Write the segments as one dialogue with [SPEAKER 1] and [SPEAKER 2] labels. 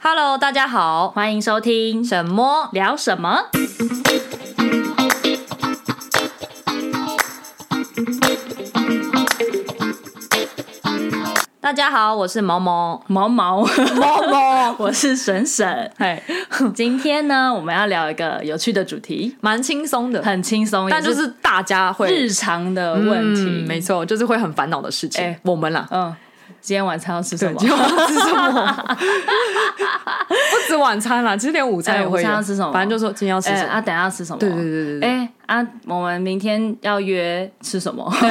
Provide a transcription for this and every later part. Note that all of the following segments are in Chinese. [SPEAKER 1] Hello，大家好，
[SPEAKER 2] 欢迎收听《
[SPEAKER 1] 什么？
[SPEAKER 2] 聊什么》。。
[SPEAKER 1] 大家好，我是毛毛
[SPEAKER 2] 毛毛，
[SPEAKER 1] 毛毛，
[SPEAKER 2] 我是沈沈。
[SPEAKER 1] 哎，
[SPEAKER 2] 今天呢，我们要聊一个有趣的主题，
[SPEAKER 1] 蛮轻松的，
[SPEAKER 2] 很轻松，
[SPEAKER 1] 但
[SPEAKER 2] 也
[SPEAKER 1] 就是大家会
[SPEAKER 2] 日常的问题。
[SPEAKER 1] 嗯没错，就是会很烦恼的事情。
[SPEAKER 2] 哎
[SPEAKER 1] 我们啦，
[SPEAKER 2] 嗯，今天晚餐要吃什
[SPEAKER 1] 对，
[SPEAKER 2] 么？
[SPEAKER 1] 今天晚上吃什么？不止晚餐 啦，其实连午餐
[SPEAKER 2] 哎
[SPEAKER 1] 也会有。
[SPEAKER 2] 午餐要吃什么
[SPEAKER 1] 反正就说今天要吃
[SPEAKER 2] 哎、
[SPEAKER 1] 什么。
[SPEAKER 2] 啊，等一下要吃什么？
[SPEAKER 1] 对对对对对
[SPEAKER 2] 哎、啊，我们明天要约吃什么？
[SPEAKER 1] 对，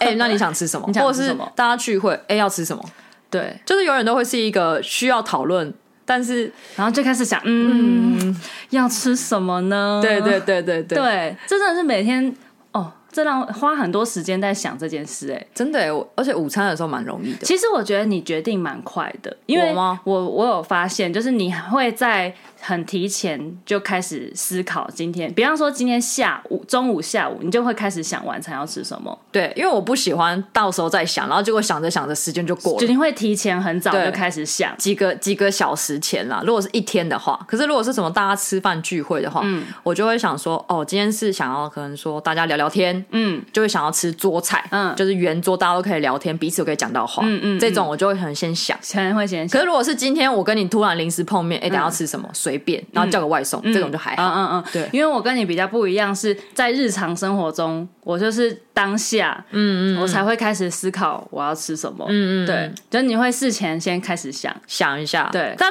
[SPEAKER 1] 哎、那你想吃什么？
[SPEAKER 2] 你想
[SPEAKER 1] 或者
[SPEAKER 2] 吃
[SPEAKER 1] 是
[SPEAKER 2] 什么
[SPEAKER 1] 大家聚会，哎、要吃什么？
[SPEAKER 2] 对，
[SPEAKER 1] 就是永远都会是一个需要讨论，但是，
[SPEAKER 2] 然后就开始想，嗯，要吃什么呢？
[SPEAKER 1] 对对对对对，
[SPEAKER 2] 对，这真的是每天哦，这让花很多时间在想这件事、哎。
[SPEAKER 1] 真的耶，我而且午餐的时候蛮容易的。
[SPEAKER 2] 其实我觉得你决定蛮快的，因为
[SPEAKER 1] 我吗
[SPEAKER 2] 我我有发现，就是你会在很提前就开始思考今天，比方说今天下午、中午、下午，你就会开始想晚餐要吃什么，
[SPEAKER 1] 对，因为我不喜欢到时候再想，然后结果想着想着时间就过了。
[SPEAKER 2] 就你会提前很早
[SPEAKER 1] 对
[SPEAKER 2] 就开始想。
[SPEAKER 1] 几个几个小时前啦，如果是一天的话，可是如果是什么大家吃饭聚会的话，
[SPEAKER 2] 嗯
[SPEAKER 1] 我就会想说，哦，今天是想要可能说大家聊聊天，
[SPEAKER 2] 嗯，
[SPEAKER 1] 就会想要吃桌菜，
[SPEAKER 2] 嗯
[SPEAKER 1] 就是圆桌大家都可以聊天，彼此都可以讲到话，
[SPEAKER 2] 嗯嗯嗯
[SPEAKER 1] 这种我就会很先想。
[SPEAKER 2] 先会先
[SPEAKER 1] 可
[SPEAKER 2] 想，
[SPEAKER 1] 是如果是今天我跟你突然临时碰面，哎、等下要吃什么随便，然后叫个外送，这种就还好。
[SPEAKER 2] 嗯嗯嗯，
[SPEAKER 1] 对
[SPEAKER 2] 因为我跟你比较不一样，是在日常生活中，我就是当下，嗯嗯，我才会开始思考我要吃什么，嗯嗯，对，就是你会事前先开始想，
[SPEAKER 1] 想一下，
[SPEAKER 2] 对
[SPEAKER 1] 但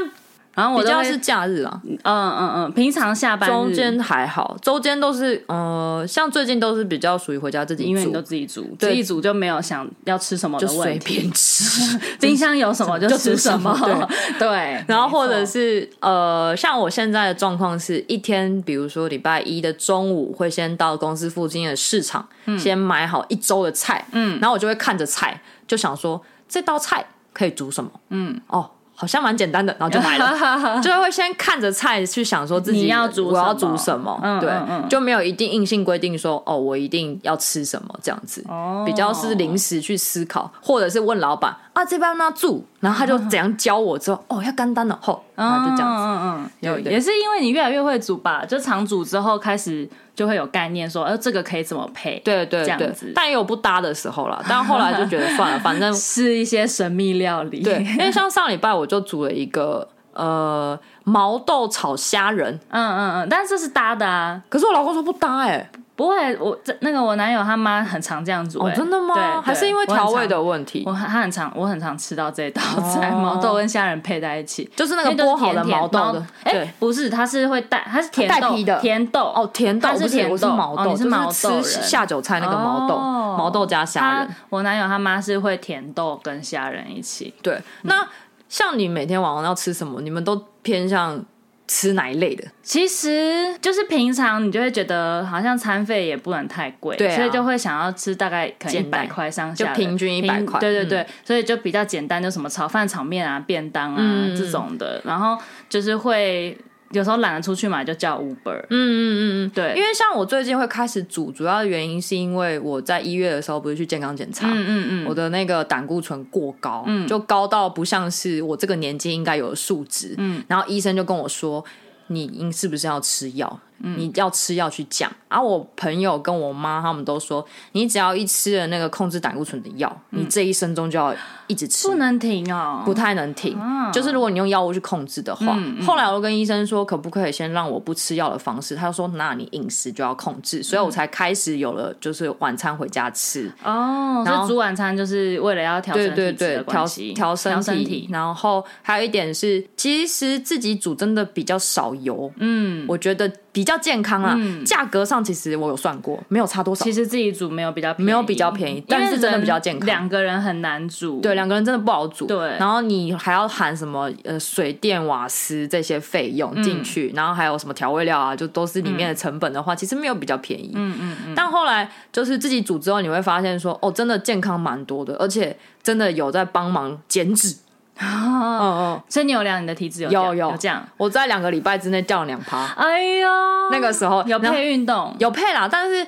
[SPEAKER 2] 然后我
[SPEAKER 1] 比
[SPEAKER 2] 就
[SPEAKER 1] 较
[SPEAKER 2] 会
[SPEAKER 1] 是假日啊，
[SPEAKER 2] 嗯嗯嗯，平常下班日
[SPEAKER 1] 中间还好，周间都是呃，像最近都是比较属于回家自己煮，
[SPEAKER 2] 因为你都自己煮，
[SPEAKER 1] 对
[SPEAKER 2] 自己煮就没有想要吃什么
[SPEAKER 1] 就
[SPEAKER 2] 的问
[SPEAKER 1] 随
[SPEAKER 2] 题，
[SPEAKER 1] 便吃。
[SPEAKER 2] 冰箱有什么就吃什么，
[SPEAKER 1] 就煮什 么
[SPEAKER 2] 对，
[SPEAKER 1] 然后或者
[SPEAKER 2] 没错
[SPEAKER 1] 是呃，像我现在的状况是一天，比如说礼拜一的中午会先到公司附近的市场，
[SPEAKER 2] 嗯
[SPEAKER 1] 先买好一周的菜，嗯，然后我就会看着菜，就想说这道菜可以煮什么，嗯，哦。好像蛮简单的，然后就买 了，就会先看着菜去想说自己
[SPEAKER 2] 你要煮
[SPEAKER 1] 我要
[SPEAKER 2] 什么
[SPEAKER 1] 煮什么，
[SPEAKER 2] 嗯
[SPEAKER 1] 对，
[SPEAKER 2] 嗯嗯
[SPEAKER 1] 就没有一定硬性规定说哦，我一定要吃什么这样子，
[SPEAKER 2] 哦
[SPEAKER 1] 比较是临时去思考，或者是问老板啊，这边要不要住，然后他就怎样教我之后，
[SPEAKER 2] 嗯
[SPEAKER 1] 哦，要干单了，吼，然后就这样子。
[SPEAKER 2] 嗯嗯
[SPEAKER 1] 对
[SPEAKER 2] 嗯，
[SPEAKER 1] 对
[SPEAKER 2] 也是因为你越来越会煮吧，就常煮之后开始就会有概念说，呃，这个可以怎么配，，
[SPEAKER 1] 对对
[SPEAKER 2] 这样
[SPEAKER 1] 对
[SPEAKER 2] 子，
[SPEAKER 1] 但也有不搭的时候啦。但后来就觉得算 了，反正
[SPEAKER 2] 是一些神秘料理，
[SPEAKER 1] 对，因为像上礼拜我就煮了一个呃毛豆炒虾仁，
[SPEAKER 2] 嗯嗯嗯，但这是搭的啊，
[SPEAKER 1] 可是我老公说不搭哎、
[SPEAKER 2] 不会，我这那个我男友他妈很常这样煮、
[SPEAKER 1] 哦
[SPEAKER 2] 欸
[SPEAKER 1] 真的吗？
[SPEAKER 2] 对，
[SPEAKER 1] 还是因为调味
[SPEAKER 2] 的。
[SPEAKER 1] 的问题
[SPEAKER 2] 我？很他很常我很常吃到这道菜，
[SPEAKER 1] 哦
[SPEAKER 2] 毛豆跟虾仁配在一起，
[SPEAKER 1] 就是那
[SPEAKER 2] 那
[SPEAKER 1] 个剥好的
[SPEAKER 2] 的
[SPEAKER 1] 毛豆的，
[SPEAKER 2] 哎、
[SPEAKER 1] 对。
[SPEAKER 2] 不是，它是会带，它是甜
[SPEAKER 1] 它带
[SPEAKER 2] 豆
[SPEAKER 1] 皮的
[SPEAKER 2] 甜豆
[SPEAKER 1] 哦，甜豆
[SPEAKER 2] 它是
[SPEAKER 1] 不
[SPEAKER 2] 甜
[SPEAKER 1] 我是
[SPEAKER 2] 豆
[SPEAKER 1] 毛
[SPEAKER 2] 哦
[SPEAKER 1] 豆，
[SPEAKER 2] 你是
[SPEAKER 1] 就
[SPEAKER 2] 毛豆
[SPEAKER 1] 吃
[SPEAKER 2] 人
[SPEAKER 1] 下酒菜那个毛豆，
[SPEAKER 2] 哦
[SPEAKER 1] 毛豆加虾
[SPEAKER 2] 他
[SPEAKER 1] 仁。
[SPEAKER 2] 我男友他妈是会甜豆跟虾仁一起，
[SPEAKER 1] 对，那像你每天晚上要吃什么？你们都偏向吃哪一类的？
[SPEAKER 2] 其实就是平常你就会觉得好像餐费也不能太贵，
[SPEAKER 1] 对啊
[SPEAKER 2] 所以就会想要吃大概可能一
[SPEAKER 1] 简单
[SPEAKER 2] 百块上下的，
[SPEAKER 1] 就平均100
[SPEAKER 2] 平
[SPEAKER 1] 块
[SPEAKER 2] 对对对，所以就比较简单，就什么炒饭、炒面啊、便当啊、
[SPEAKER 1] 嗯
[SPEAKER 2] 这种的，然后就是会有时候懒得出去买就叫 Uber，
[SPEAKER 1] 嗯
[SPEAKER 2] 嗯
[SPEAKER 1] 嗯嗯
[SPEAKER 2] 对，
[SPEAKER 1] 因为像我最近会开始煮，主要的原因是因为我在一月的时候不是去健康检查，
[SPEAKER 2] 嗯嗯嗯，
[SPEAKER 1] 我的那个胆固醇过高，就高到不像是我这个年纪应该有的数值，然后医生就跟我说，你应是不是要吃药？你要吃药去降。啊，我朋友跟我妈他们都说，你只要一吃了那个控制胆固醇的药，你这一生中就要一直吃
[SPEAKER 2] 不能停哦，
[SPEAKER 1] 不太能停，
[SPEAKER 2] 啊
[SPEAKER 1] 就是如果你用药物去控制的话，
[SPEAKER 2] 嗯
[SPEAKER 1] 后来我就跟医生说，可不可以先让我不吃药的方式？他就说，那你饮食就要控制，所以我才开始有了，就是晚餐回家吃，
[SPEAKER 2] 哦，
[SPEAKER 1] 然
[SPEAKER 2] 所
[SPEAKER 1] 后
[SPEAKER 2] 以煮晚餐就是为了要调
[SPEAKER 1] 对
[SPEAKER 2] 整
[SPEAKER 1] 对
[SPEAKER 2] 体质
[SPEAKER 1] 对
[SPEAKER 2] 的，
[SPEAKER 1] 调
[SPEAKER 2] 关系，
[SPEAKER 1] 调
[SPEAKER 2] 身
[SPEAKER 1] 身体，，然后还有一点是，其实自己煮真的比较少油，嗯，我觉得比较健康啦，价格上其实我有算过，没有差多少
[SPEAKER 2] 嗯其，实自己煮没有比较便宜
[SPEAKER 1] 没有比较便宜，但
[SPEAKER 2] 因为
[SPEAKER 1] 是真的
[SPEAKER 2] 人
[SPEAKER 1] 比较健康。
[SPEAKER 2] 两个人很难煮，
[SPEAKER 1] 对，两个人真的不好煮。
[SPEAKER 2] 对
[SPEAKER 1] 然后你还要含什么呃水电瓦斯这些费用
[SPEAKER 2] 嗯
[SPEAKER 1] 进去，然后还有什么调味料啊，就都是里面的成本的话，其实没有比较便宜。嗯嗯嗯。但后来就是自己煮之后，你会发现说，哦，真的健康蛮多的，而且真的有在帮忙减 脂。嗯嗯，
[SPEAKER 2] 所以你有量你的体脂有
[SPEAKER 1] 有
[SPEAKER 2] 降
[SPEAKER 1] 有
[SPEAKER 2] 有这样，
[SPEAKER 1] 我在两个礼拜之内掉了两 趴，
[SPEAKER 2] 哎呦，
[SPEAKER 1] 那个时候
[SPEAKER 2] 有
[SPEAKER 1] 然后
[SPEAKER 2] 配运动，
[SPEAKER 1] 有配啦，但是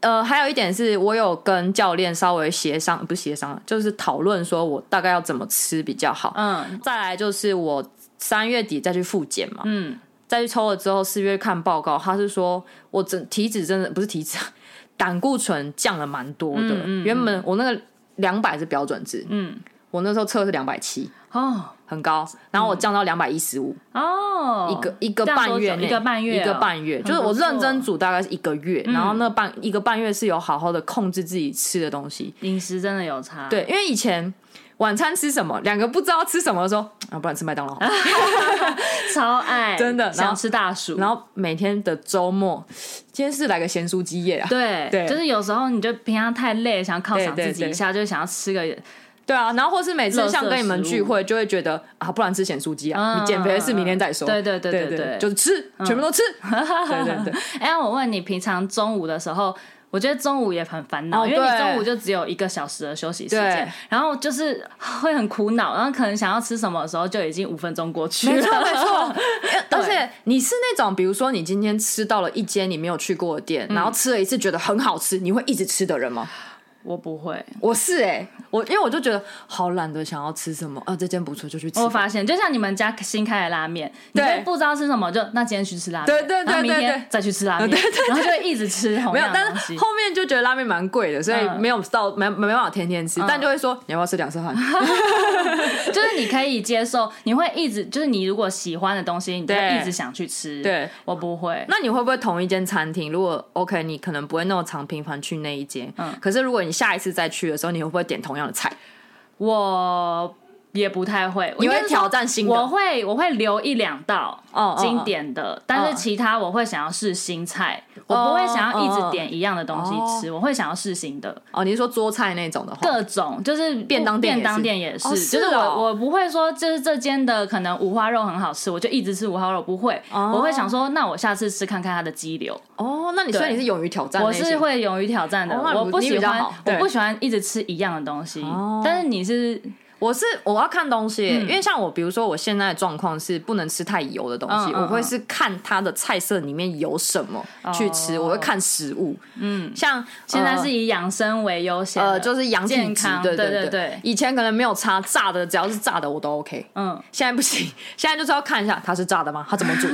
[SPEAKER 1] 呃，还有一点是我有跟教练稍微协商，啊不是协商，就是讨论说我大概要怎么吃比较好。
[SPEAKER 2] 嗯
[SPEAKER 1] 再来就是我三月底再去复检嘛，
[SPEAKER 2] 嗯，
[SPEAKER 1] 再去抽了之后，四月看报告，他是说我整体脂真的不是体脂，胆固醇降了蛮多的。
[SPEAKER 2] 嗯嗯嗯
[SPEAKER 1] 原本我那个两百是标准值，
[SPEAKER 2] 嗯，
[SPEAKER 1] 我那时候测是两百七，
[SPEAKER 2] 哦
[SPEAKER 1] 很高，然后我降到两百一十五，
[SPEAKER 2] 哦，
[SPEAKER 1] 一个一个
[SPEAKER 2] 这样
[SPEAKER 1] 半
[SPEAKER 2] 多久
[SPEAKER 1] 月内，
[SPEAKER 2] 一个半月哦
[SPEAKER 1] 一个半月，就是我认真煮大概是一个月，
[SPEAKER 2] 嗯
[SPEAKER 1] 然后那半一个半月是有好好的控制自己吃的东西，
[SPEAKER 2] 饮食真的有差，，
[SPEAKER 1] 对，因为以前。晚餐吃什么？两个不知道吃什么的时候，啊，不然吃麦当劳好了。
[SPEAKER 2] 超爱，
[SPEAKER 1] 真的然后
[SPEAKER 2] 想吃大薯，
[SPEAKER 1] 然后每天的周末，今天是来个咸酥鸡夜啊，
[SPEAKER 2] 对
[SPEAKER 1] 对
[SPEAKER 2] 就是有时候你就平常太累，想犒赏
[SPEAKER 1] 对对
[SPEAKER 2] 自己
[SPEAKER 1] 对
[SPEAKER 2] 一下，就想要吃个，
[SPEAKER 1] 对啊，然后或是每
[SPEAKER 2] 垃
[SPEAKER 1] 次
[SPEAKER 2] 圾
[SPEAKER 1] 像跟你们
[SPEAKER 2] 食物
[SPEAKER 1] 聚会，就会觉得啊，不然吃咸酥鸡啊，
[SPEAKER 2] 嗯
[SPEAKER 1] 你减肥的事明天再说，
[SPEAKER 2] 对对
[SPEAKER 1] 嗯
[SPEAKER 2] 对
[SPEAKER 1] 对嗯
[SPEAKER 2] 对对
[SPEAKER 1] 就是吃，全部都吃， 对对对，
[SPEAKER 2] 哎、我问你，平常中午的时候，我觉得中午也很烦恼，
[SPEAKER 1] 哦
[SPEAKER 2] 因为你
[SPEAKER 1] 对
[SPEAKER 2] 中午就只有一个小时的休息时间
[SPEAKER 1] 对，
[SPEAKER 2] 然后就是会很苦恼，然后可能想要吃什么的时候，就已经五分钟过去了。
[SPEAKER 1] 没错没 错，而且你是那种，比如说你今天吃到了一间你没有去过的店，然后吃了一次觉得很好吃，你会一直吃的人吗？
[SPEAKER 2] 我不会，
[SPEAKER 1] 我是哎、我因为我就觉得好懒得想要吃什么啊，这间不错就去吃吧。
[SPEAKER 2] 我发现就像你们家新开的拉面，你
[SPEAKER 1] 对
[SPEAKER 2] 就不知道吃什么，就那今天去吃拉面，
[SPEAKER 1] 对对对
[SPEAKER 2] 然后明
[SPEAKER 1] 对对
[SPEAKER 2] 天再去吃拉面，
[SPEAKER 1] 对对对
[SPEAKER 2] 然后就会一直吃同
[SPEAKER 1] 没有
[SPEAKER 2] 样，的
[SPEAKER 1] 但
[SPEAKER 2] 东
[SPEAKER 1] 是
[SPEAKER 2] 西。
[SPEAKER 1] 后面就觉得拉面蛮贵的，所以
[SPEAKER 2] 嗯
[SPEAKER 1] 没有到没没办法天天吃，但就会说你要不要吃两 色饭？
[SPEAKER 2] 就是你可以接受，你会一直就是你如果喜欢的东西，你就会
[SPEAKER 1] 对
[SPEAKER 2] 一直想去吃。
[SPEAKER 1] 对，
[SPEAKER 2] 我不会，
[SPEAKER 1] 那你会不会同一间餐厅？如果 OK，你可能不会那么常频繁去那一间，可是如果你下一次再去的时候，你会不会点同样的菜？
[SPEAKER 2] 我也不太会，
[SPEAKER 1] 你
[SPEAKER 2] 应该
[SPEAKER 1] 会
[SPEAKER 2] 是说
[SPEAKER 1] 挑战新
[SPEAKER 2] 我
[SPEAKER 1] 的？
[SPEAKER 2] 会我会留一两道
[SPEAKER 1] 哦哦
[SPEAKER 2] 经典的，但是其他我会想要试新菜，我不会想要一直点一样的东西吃，我会想要试新的。
[SPEAKER 1] 哦，你是说桌菜那种的话？
[SPEAKER 2] 各种就是
[SPEAKER 1] 便当店
[SPEAKER 2] 便
[SPEAKER 1] 也是
[SPEAKER 2] 当店也是，
[SPEAKER 1] 哦
[SPEAKER 2] 就是是
[SPEAKER 1] 哦
[SPEAKER 2] 我我不会说就是这间的可能五花肉很好吃，我就一直吃五花肉，不会，我会想说那我下次吃看看它的鸡柳，
[SPEAKER 1] 哦，那你所以
[SPEAKER 2] 对
[SPEAKER 1] 你是勇于挑战
[SPEAKER 2] 我
[SPEAKER 1] 那些，
[SPEAKER 2] 是会勇于挑战的，
[SPEAKER 1] 哦那你
[SPEAKER 2] 我不
[SPEAKER 1] 你
[SPEAKER 2] 喜
[SPEAKER 1] 比较
[SPEAKER 2] 欢
[SPEAKER 1] 好
[SPEAKER 2] 我
[SPEAKER 1] 对
[SPEAKER 2] 不喜欢一直吃一样的东西，
[SPEAKER 1] 哦
[SPEAKER 2] 但是你是
[SPEAKER 1] 我是我要看东西、因为像我，比如说我现在的状况是不能吃太油的东西，
[SPEAKER 2] 嗯嗯
[SPEAKER 1] 我会是看它的菜色里面有什么去吃，
[SPEAKER 2] 哦
[SPEAKER 1] 我会看食物。嗯，像
[SPEAKER 2] 现在
[SPEAKER 1] 呃
[SPEAKER 2] 是以养生为优先的，
[SPEAKER 1] 呃，就是养体
[SPEAKER 2] 健
[SPEAKER 1] 质
[SPEAKER 2] 康，，
[SPEAKER 1] 对
[SPEAKER 2] 对
[SPEAKER 1] 对
[SPEAKER 2] 对，
[SPEAKER 1] 以前可能没有差，炸的只要是炸的我都 OK。
[SPEAKER 2] 嗯，
[SPEAKER 1] 现在不行，现在就是要看一下它是炸的吗？它怎么 煮？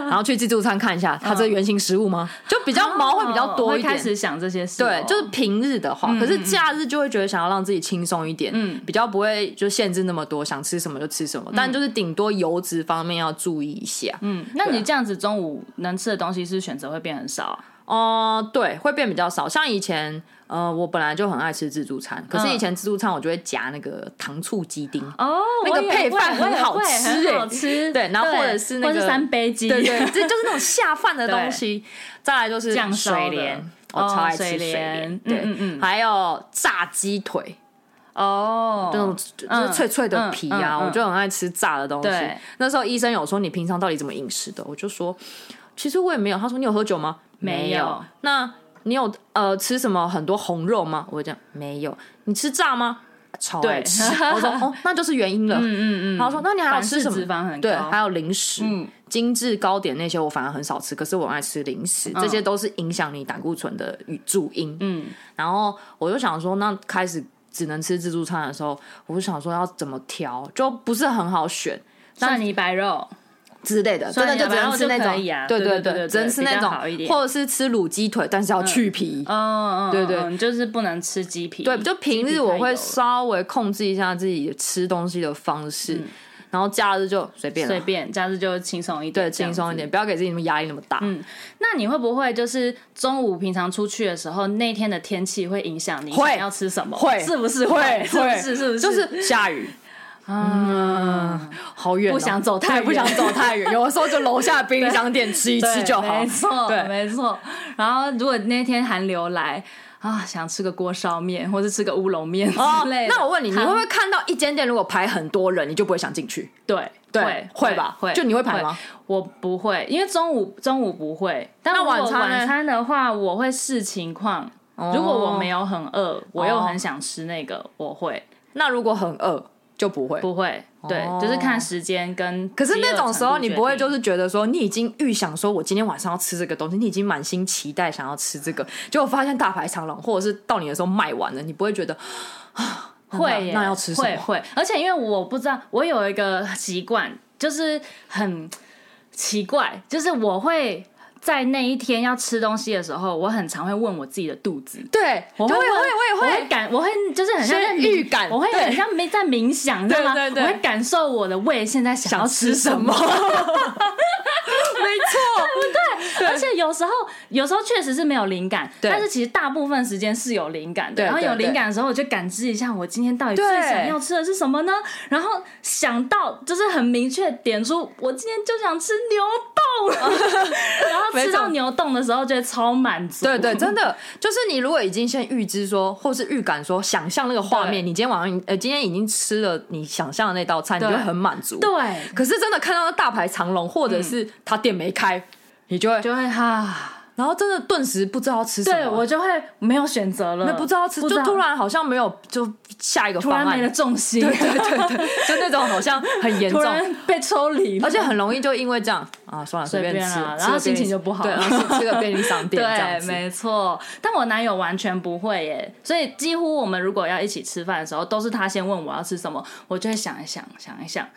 [SPEAKER 1] 然后去自助餐看一下，它这原型食物吗？就比较毛会比较多一
[SPEAKER 2] 嗯哦会
[SPEAKER 1] 点
[SPEAKER 2] 开。始想这些事哦、
[SPEAKER 1] 对，就是平日的话，可是假日就会觉得想要让自己轻松一点，
[SPEAKER 2] 嗯
[SPEAKER 1] 比较不会就限制那么多，想吃什么就吃什么，但就是顶多油脂方面要注意一下。
[SPEAKER 2] 嗯，那
[SPEAKER 1] 对
[SPEAKER 2] 你
[SPEAKER 1] 啊
[SPEAKER 2] 这样子中午能吃的东西是选择会变很少啊、
[SPEAKER 1] 哦、对，会变比较少。像以前，呃，我本来就很爱吃自助餐，可是
[SPEAKER 2] 嗯
[SPEAKER 1] 以前自助餐我就会夹那个糖醋鸡丁，
[SPEAKER 2] 哦，
[SPEAKER 1] 那
[SPEAKER 2] 我
[SPEAKER 1] 个
[SPEAKER 2] 也
[SPEAKER 1] 配
[SPEAKER 2] 会
[SPEAKER 1] 饭
[SPEAKER 2] 我
[SPEAKER 1] 很
[SPEAKER 2] 也
[SPEAKER 1] 好
[SPEAKER 2] 会
[SPEAKER 1] 吃
[SPEAKER 2] 很
[SPEAKER 1] 欸
[SPEAKER 2] 好 吃。
[SPEAKER 1] 对然后或者是那
[SPEAKER 2] 或
[SPEAKER 1] 个
[SPEAKER 2] 三杯鸡，
[SPEAKER 1] 对 对，这就是那种下饭的东西。再来就是
[SPEAKER 2] 酱烧的
[SPEAKER 1] 水莲，我
[SPEAKER 2] 哦
[SPEAKER 1] 超爱吃
[SPEAKER 2] 水
[SPEAKER 1] 水莲
[SPEAKER 2] 莲，
[SPEAKER 1] 对，
[SPEAKER 2] 嗯嗯嗯
[SPEAKER 1] 还有炸鸡腿，
[SPEAKER 2] 哦，
[SPEAKER 1] 那种就
[SPEAKER 2] 嗯
[SPEAKER 1] 就是脆脆的皮啊，
[SPEAKER 2] 嗯嗯嗯
[SPEAKER 1] 我就很爱吃炸的东西
[SPEAKER 2] 对。
[SPEAKER 1] 那时候医生有说你平常到底怎么饮食的，我就说其实我也没有。他说你有喝酒吗？
[SPEAKER 2] 没有
[SPEAKER 1] 有。那你有呃吃什么很多红肉吗？我就讲没有。你吃炸吗？超爱
[SPEAKER 2] 对
[SPEAKER 1] 吃。 我说哦，那就是原 因了。
[SPEAKER 2] 嗯嗯嗯，
[SPEAKER 1] 然后说那你还有
[SPEAKER 2] 反
[SPEAKER 1] 吃
[SPEAKER 2] 式
[SPEAKER 1] 什么
[SPEAKER 2] 脂？肪很高，
[SPEAKER 1] 对，还有零食，
[SPEAKER 2] 嗯
[SPEAKER 1] 精致糕点那些我反而很少吃，可是我很爱吃零食，这些都是影响你胆固醇的主因。
[SPEAKER 2] 嗯，
[SPEAKER 1] 然后我就想说，那开始只能吃自助餐的时候，我就想说要怎么挑，就不是很好选
[SPEAKER 2] 蒜泥白肉，
[SPEAKER 1] 之类的，真
[SPEAKER 2] 蒜
[SPEAKER 1] 的
[SPEAKER 2] 泥
[SPEAKER 1] 就只能吃那
[SPEAKER 2] 白肉就可以
[SPEAKER 1] 种，
[SPEAKER 2] 啊
[SPEAKER 1] 对
[SPEAKER 2] 对对对
[SPEAKER 1] 对，只能吃那
[SPEAKER 2] 比较好
[SPEAKER 1] 种，
[SPEAKER 2] 一点
[SPEAKER 1] 或者是吃卤鸡腿，但是要去皮。
[SPEAKER 2] 哦哦，
[SPEAKER 1] 对对
[SPEAKER 2] 嗯，嗯就是不能吃鸡皮，
[SPEAKER 1] 对，就平
[SPEAKER 2] 鸡皮
[SPEAKER 1] 日
[SPEAKER 2] 太
[SPEAKER 1] 我会
[SPEAKER 2] 油了
[SPEAKER 1] 稍微控制一下自己吃东西的方式，然后假日就随便了
[SPEAKER 2] 嗯随，便，这样子就轻松一点，
[SPEAKER 1] 对，
[SPEAKER 2] 这
[SPEAKER 1] 轻
[SPEAKER 2] 样子嗯
[SPEAKER 1] 松一点，。不要给自己那么压力那么大。
[SPEAKER 2] 那你会不会就是中午平常出去的时候，那天的天气会影响你
[SPEAKER 1] 会
[SPEAKER 2] 想要吃什么？
[SPEAKER 1] 会
[SPEAKER 2] 是不 是
[SPEAKER 1] 会
[SPEAKER 2] 是不
[SPEAKER 1] 会
[SPEAKER 2] 是是不是
[SPEAKER 1] 就是下雨，嗯，好远哦，
[SPEAKER 2] 不想走太远
[SPEAKER 1] 对不想走太 远。有的时候就楼下的便利商店吃一
[SPEAKER 2] 对
[SPEAKER 1] 吃就好
[SPEAKER 2] 没。错，
[SPEAKER 1] 对
[SPEAKER 2] 没错。然后如果那天寒流来啊，想吃个锅烧面，或是吃个乌龙面
[SPEAKER 1] 哦
[SPEAKER 2] 之类的，
[SPEAKER 1] 那我问你，你
[SPEAKER 2] 汤
[SPEAKER 1] 会不会看到一间店如果排很多人，你就不会想进去？
[SPEAKER 2] 对
[SPEAKER 1] 对，
[SPEAKER 2] 会
[SPEAKER 1] 吧？
[SPEAKER 2] 会，
[SPEAKER 1] 就你会排吗？
[SPEAKER 2] 我不会，因为中午中午不会，但
[SPEAKER 1] 那
[SPEAKER 2] 如果
[SPEAKER 1] 晚餐呢哦
[SPEAKER 2] 晚餐的话，我会视情况。如果我没有很饿，我又很想吃那个，我会
[SPEAKER 1] 那如果很饿就不会。
[SPEAKER 2] 不会？对，
[SPEAKER 1] 哦
[SPEAKER 2] 就是看时间跟。
[SPEAKER 1] 可是那种时候，你不会就是是觉得说你已经预想说，我今天晚上要吃这个东西，你已经满心期待想要吃这个，结果发现大排长龙，或者是到你的时候卖完了，你不会觉得
[SPEAKER 2] 会耶
[SPEAKER 1] 那要吃什么
[SPEAKER 2] 会会，而且因为我不知道，我有一个习惯，就是很奇怪，就是我会。在那一天要吃东西的时候，我很常会问我自己的肚子，
[SPEAKER 1] 对，
[SPEAKER 2] 我
[SPEAKER 1] 我也
[SPEAKER 2] 会
[SPEAKER 1] 会，
[SPEAKER 2] 问
[SPEAKER 1] 我
[SPEAKER 2] 我
[SPEAKER 1] 也
[SPEAKER 2] 会
[SPEAKER 1] 会。
[SPEAKER 2] 感，我会就是很像
[SPEAKER 1] 先
[SPEAKER 2] 在冥
[SPEAKER 1] 预感
[SPEAKER 2] 我会
[SPEAKER 1] 对
[SPEAKER 2] 很像没在冥想，你知道吗？
[SPEAKER 1] 对对对
[SPEAKER 2] 我会感受我的胃现在想要吃什么。
[SPEAKER 1] 没
[SPEAKER 2] 嗯而且有时候，有时候确实是没有灵感，
[SPEAKER 1] 对
[SPEAKER 2] 但是其实大部分时间是有灵感的。
[SPEAKER 1] 对
[SPEAKER 2] 然后
[SPEAKER 1] 对
[SPEAKER 2] 有灵
[SPEAKER 1] 对
[SPEAKER 2] 感的时候，我就感知一下我今天到底最
[SPEAKER 1] 对
[SPEAKER 2] 想要吃的是什么呢？然后想到就是很明确点出，我今天就想吃牛冻， 然后吃
[SPEAKER 1] 没
[SPEAKER 2] 到
[SPEAKER 1] 错
[SPEAKER 2] 牛冻的时候，觉得超满足。
[SPEAKER 1] 错，对对， 真的就是你如果已经先预知说，或是预感说，想象那个画
[SPEAKER 2] 对
[SPEAKER 1] 面，你今天晚上呃今天已经吃了你想象的那道菜，你
[SPEAKER 2] 对
[SPEAKER 1] 就会很满足。
[SPEAKER 2] 对，
[SPEAKER 1] 可是真的看到大排长龙，或者是他店没开，你就会，
[SPEAKER 2] 就会哈。
[SPEAKER 1] 然后真的顿时不知道要吃什么，
[SPEAKER 2] 对我就会没有选择了，
[SPEAKER 1] 那不知道要吃，就突然好像没有就下一个
[SPEAKER 2] 突
[SPEAKER 1] 方
[SPEAKER 2] 然
[SPEAKER 1] 案，
[SPEAKER 2] 没了重心，
[SPEAKER 1] 对 对对对，就那种好像很严
[SPEAKER 2] 突
[SPEAKER 1] 重，
[SPEAKER 2] 然被抽离了，
[SPEAKER 1] 而且很容易就因为这样啊，算了，随
[SPEAKER 2] 随便
[SPEAKER 1] 便吃，
[SPEAKER 2] 啦
[SPEAKER 1] 吃
[SPEAKER 2] 然后
[SPEAKER 1] 个
[SPEAKER 2] 心
[SPEAKER 1] 便利
[SPEAKER 2] 情就不好
[SPEAKER 1] 对，
[SPEAKER 2] 了
[SPEAKER 1] 然后吃吃个便利商 店这样
[SPEAKER 2] 对，
[SPEAKER 1] 子，
[SPEAKER 2] 没错。但我男友完全不会耶，所以几乎我们如果要一起吃饭的时候，都是他先问我要吃什么，我就会想一想，想一想。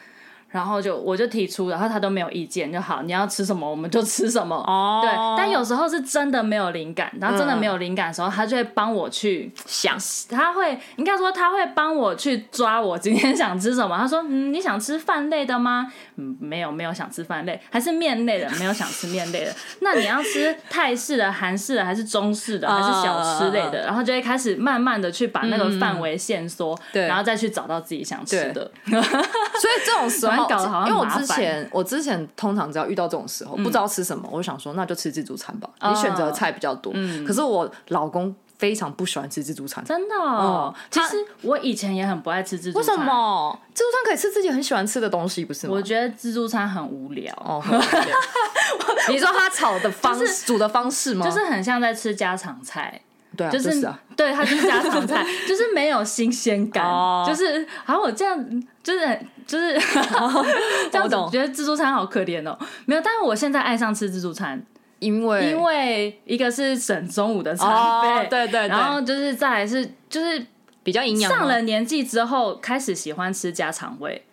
[SPEAKER 2] 然后就我就提出，然后他都没有意见，就好，你要吃什么我们就吃什么。
[SPEAKER 1] 哦
[SPEAKER 2] 对，但有时候是真的没有灵感，然后真的没有灵感的时候，他就会帮我去
[SPEAKER 1] 想
[SPEAKER 2] 他会应该说他会帮我去抓我今天想吃什么。他说：“嗯，你想吃饭类的吗？嗯，没有，没有想吃饭类，还是面类的，没有想吃面类的。 那你要吃泰式的、韩式的，还是中式的，
[SPEAKER 1] 哦
[SPEAKER 2] 还是小吃类的？然后就会开始慢慢的去把那个范围限缩，
[SPEAKER 1] 对
[SPEAKER 2] 然后再去找到自己想吃的。
[SPEAKER 1] 所以这种时候
[SPEAKER 2] 突然搞得好像，
[SPEAKER 1] 因为我
[SPEAKER 2] 很麻
[SPEAKER 1] 之
[SPEAKER 2] 烦嗯
[SPEAKER 1] 前我之前通常只要遇到这种时候，不知道吃什么，我就想说那就吃自助餐吧。
[SPEAKER 2] 哦嗯
[SPEAKER 1] 你选择的菜比较多，可是我老公非常不喜欢吃自助餐。
[SPEAKER 2] 真的、哦
[SPEAKER 1] 哦，
[SPEAKER 2] 其
[SPEAKER 1] 他
[SPEAKER 2] 实我以前也很不爱吃自助
[SPEAKER 1] 为什
[SPEAKER 2] 餐，？
[SPEAKER 1] 么自助餐可以吃自己很喜欢吃的东西，不是吗
[SPEAKER 2] 我？觉得自助餐很无聊。
[SPEAKER 1] 哦，很无聊你说他炒的方
[SPEAKER 2] 就
[SPEAKER 1] 式、煮的方式吗？
[SPEAKER 2] 就是很像在吃家常菜，
[SPEAKER 1] 对啊，
[SPEAKER 2] 就、
[SPEAKER 1] 就是啊，
[SPEAKER 2] 对，它就是家 常菜，就是没有新鲜感，
[SPEAKER 1] 哦
[SPEAKER 2] 就是好像我这样，就是就是、这样
[SPEAKER 1] 哦我
[SPEAKER 2] 子
[SPEAKER 1] 懂，
[SPEAKER 2] 觉得自助餐好可怜哦。没有，但是我现在爱上吃自助餐，
[SPEAKER 1] 因为
[SPEAKER 2] 因为一个是省中午的餐费，
[SPEAKER 1] 哦，对对对，
[SPEAKER 2] 然后就是再来是就是
[SPEAKER 1] 比较营养吗啊
[SPEAKER 2] 上了年纪之后开始喜欢吃家常味，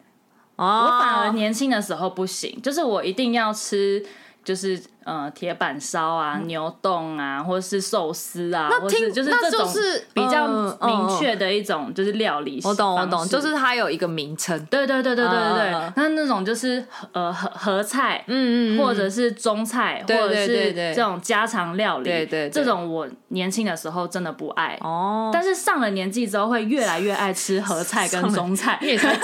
[SPEAKER 1] 哦，
[SPEAKER 2] 我反而年轻的时候不行，就是我一定要吃。就是呃，铁板烧啊、牛冻啊，或是寿司啊，
[SPEAKER 1] 嗯那
[SPEAKER 2] 或
[SPEAKER 1] 听
[SPEAKER 2] 是就是
[SPEAKER 1] 那
[SPEAKER 2] 这种
[SPEAKER 1] 就是
[SPEAKER 2] 比较
[SPEAKER 1] 嗯嗯
[SPEAKER 2] 明
[SPEAKER 1] 嗯
[SPEAKER 2] 确的一种就是料理方式。
[SPEAKER 1] 我懂，我懂，就是它有一个名称，
[SPEAKER 2] 对对对对对对对
[SPEAKER 1] 嗯嗯嗯。
[SPEAKER 2] 那那种就是呃合合菜，
[SPEAKER 1] 嗯
[SPEAKER 2] 或者是中菜，或
[SPEAKER 1] 对
[SPEAKER 2] 者
[SPEAKER 1] 对对
[SPEAKER 2] 是
[SPEAKER 1] 对
[SPEAKER 2] 这种家常料理，
[SPEAKER 1] 对对对
[SPEAKER 2] 这种我年轻的时候真的不爱。
[SPEAKER 1] 哦，
[SPEAKER 2] 但是上了年纪之后，会越来越爱 吃合菜跟中菜。
[SPEAKER 1] 你也才几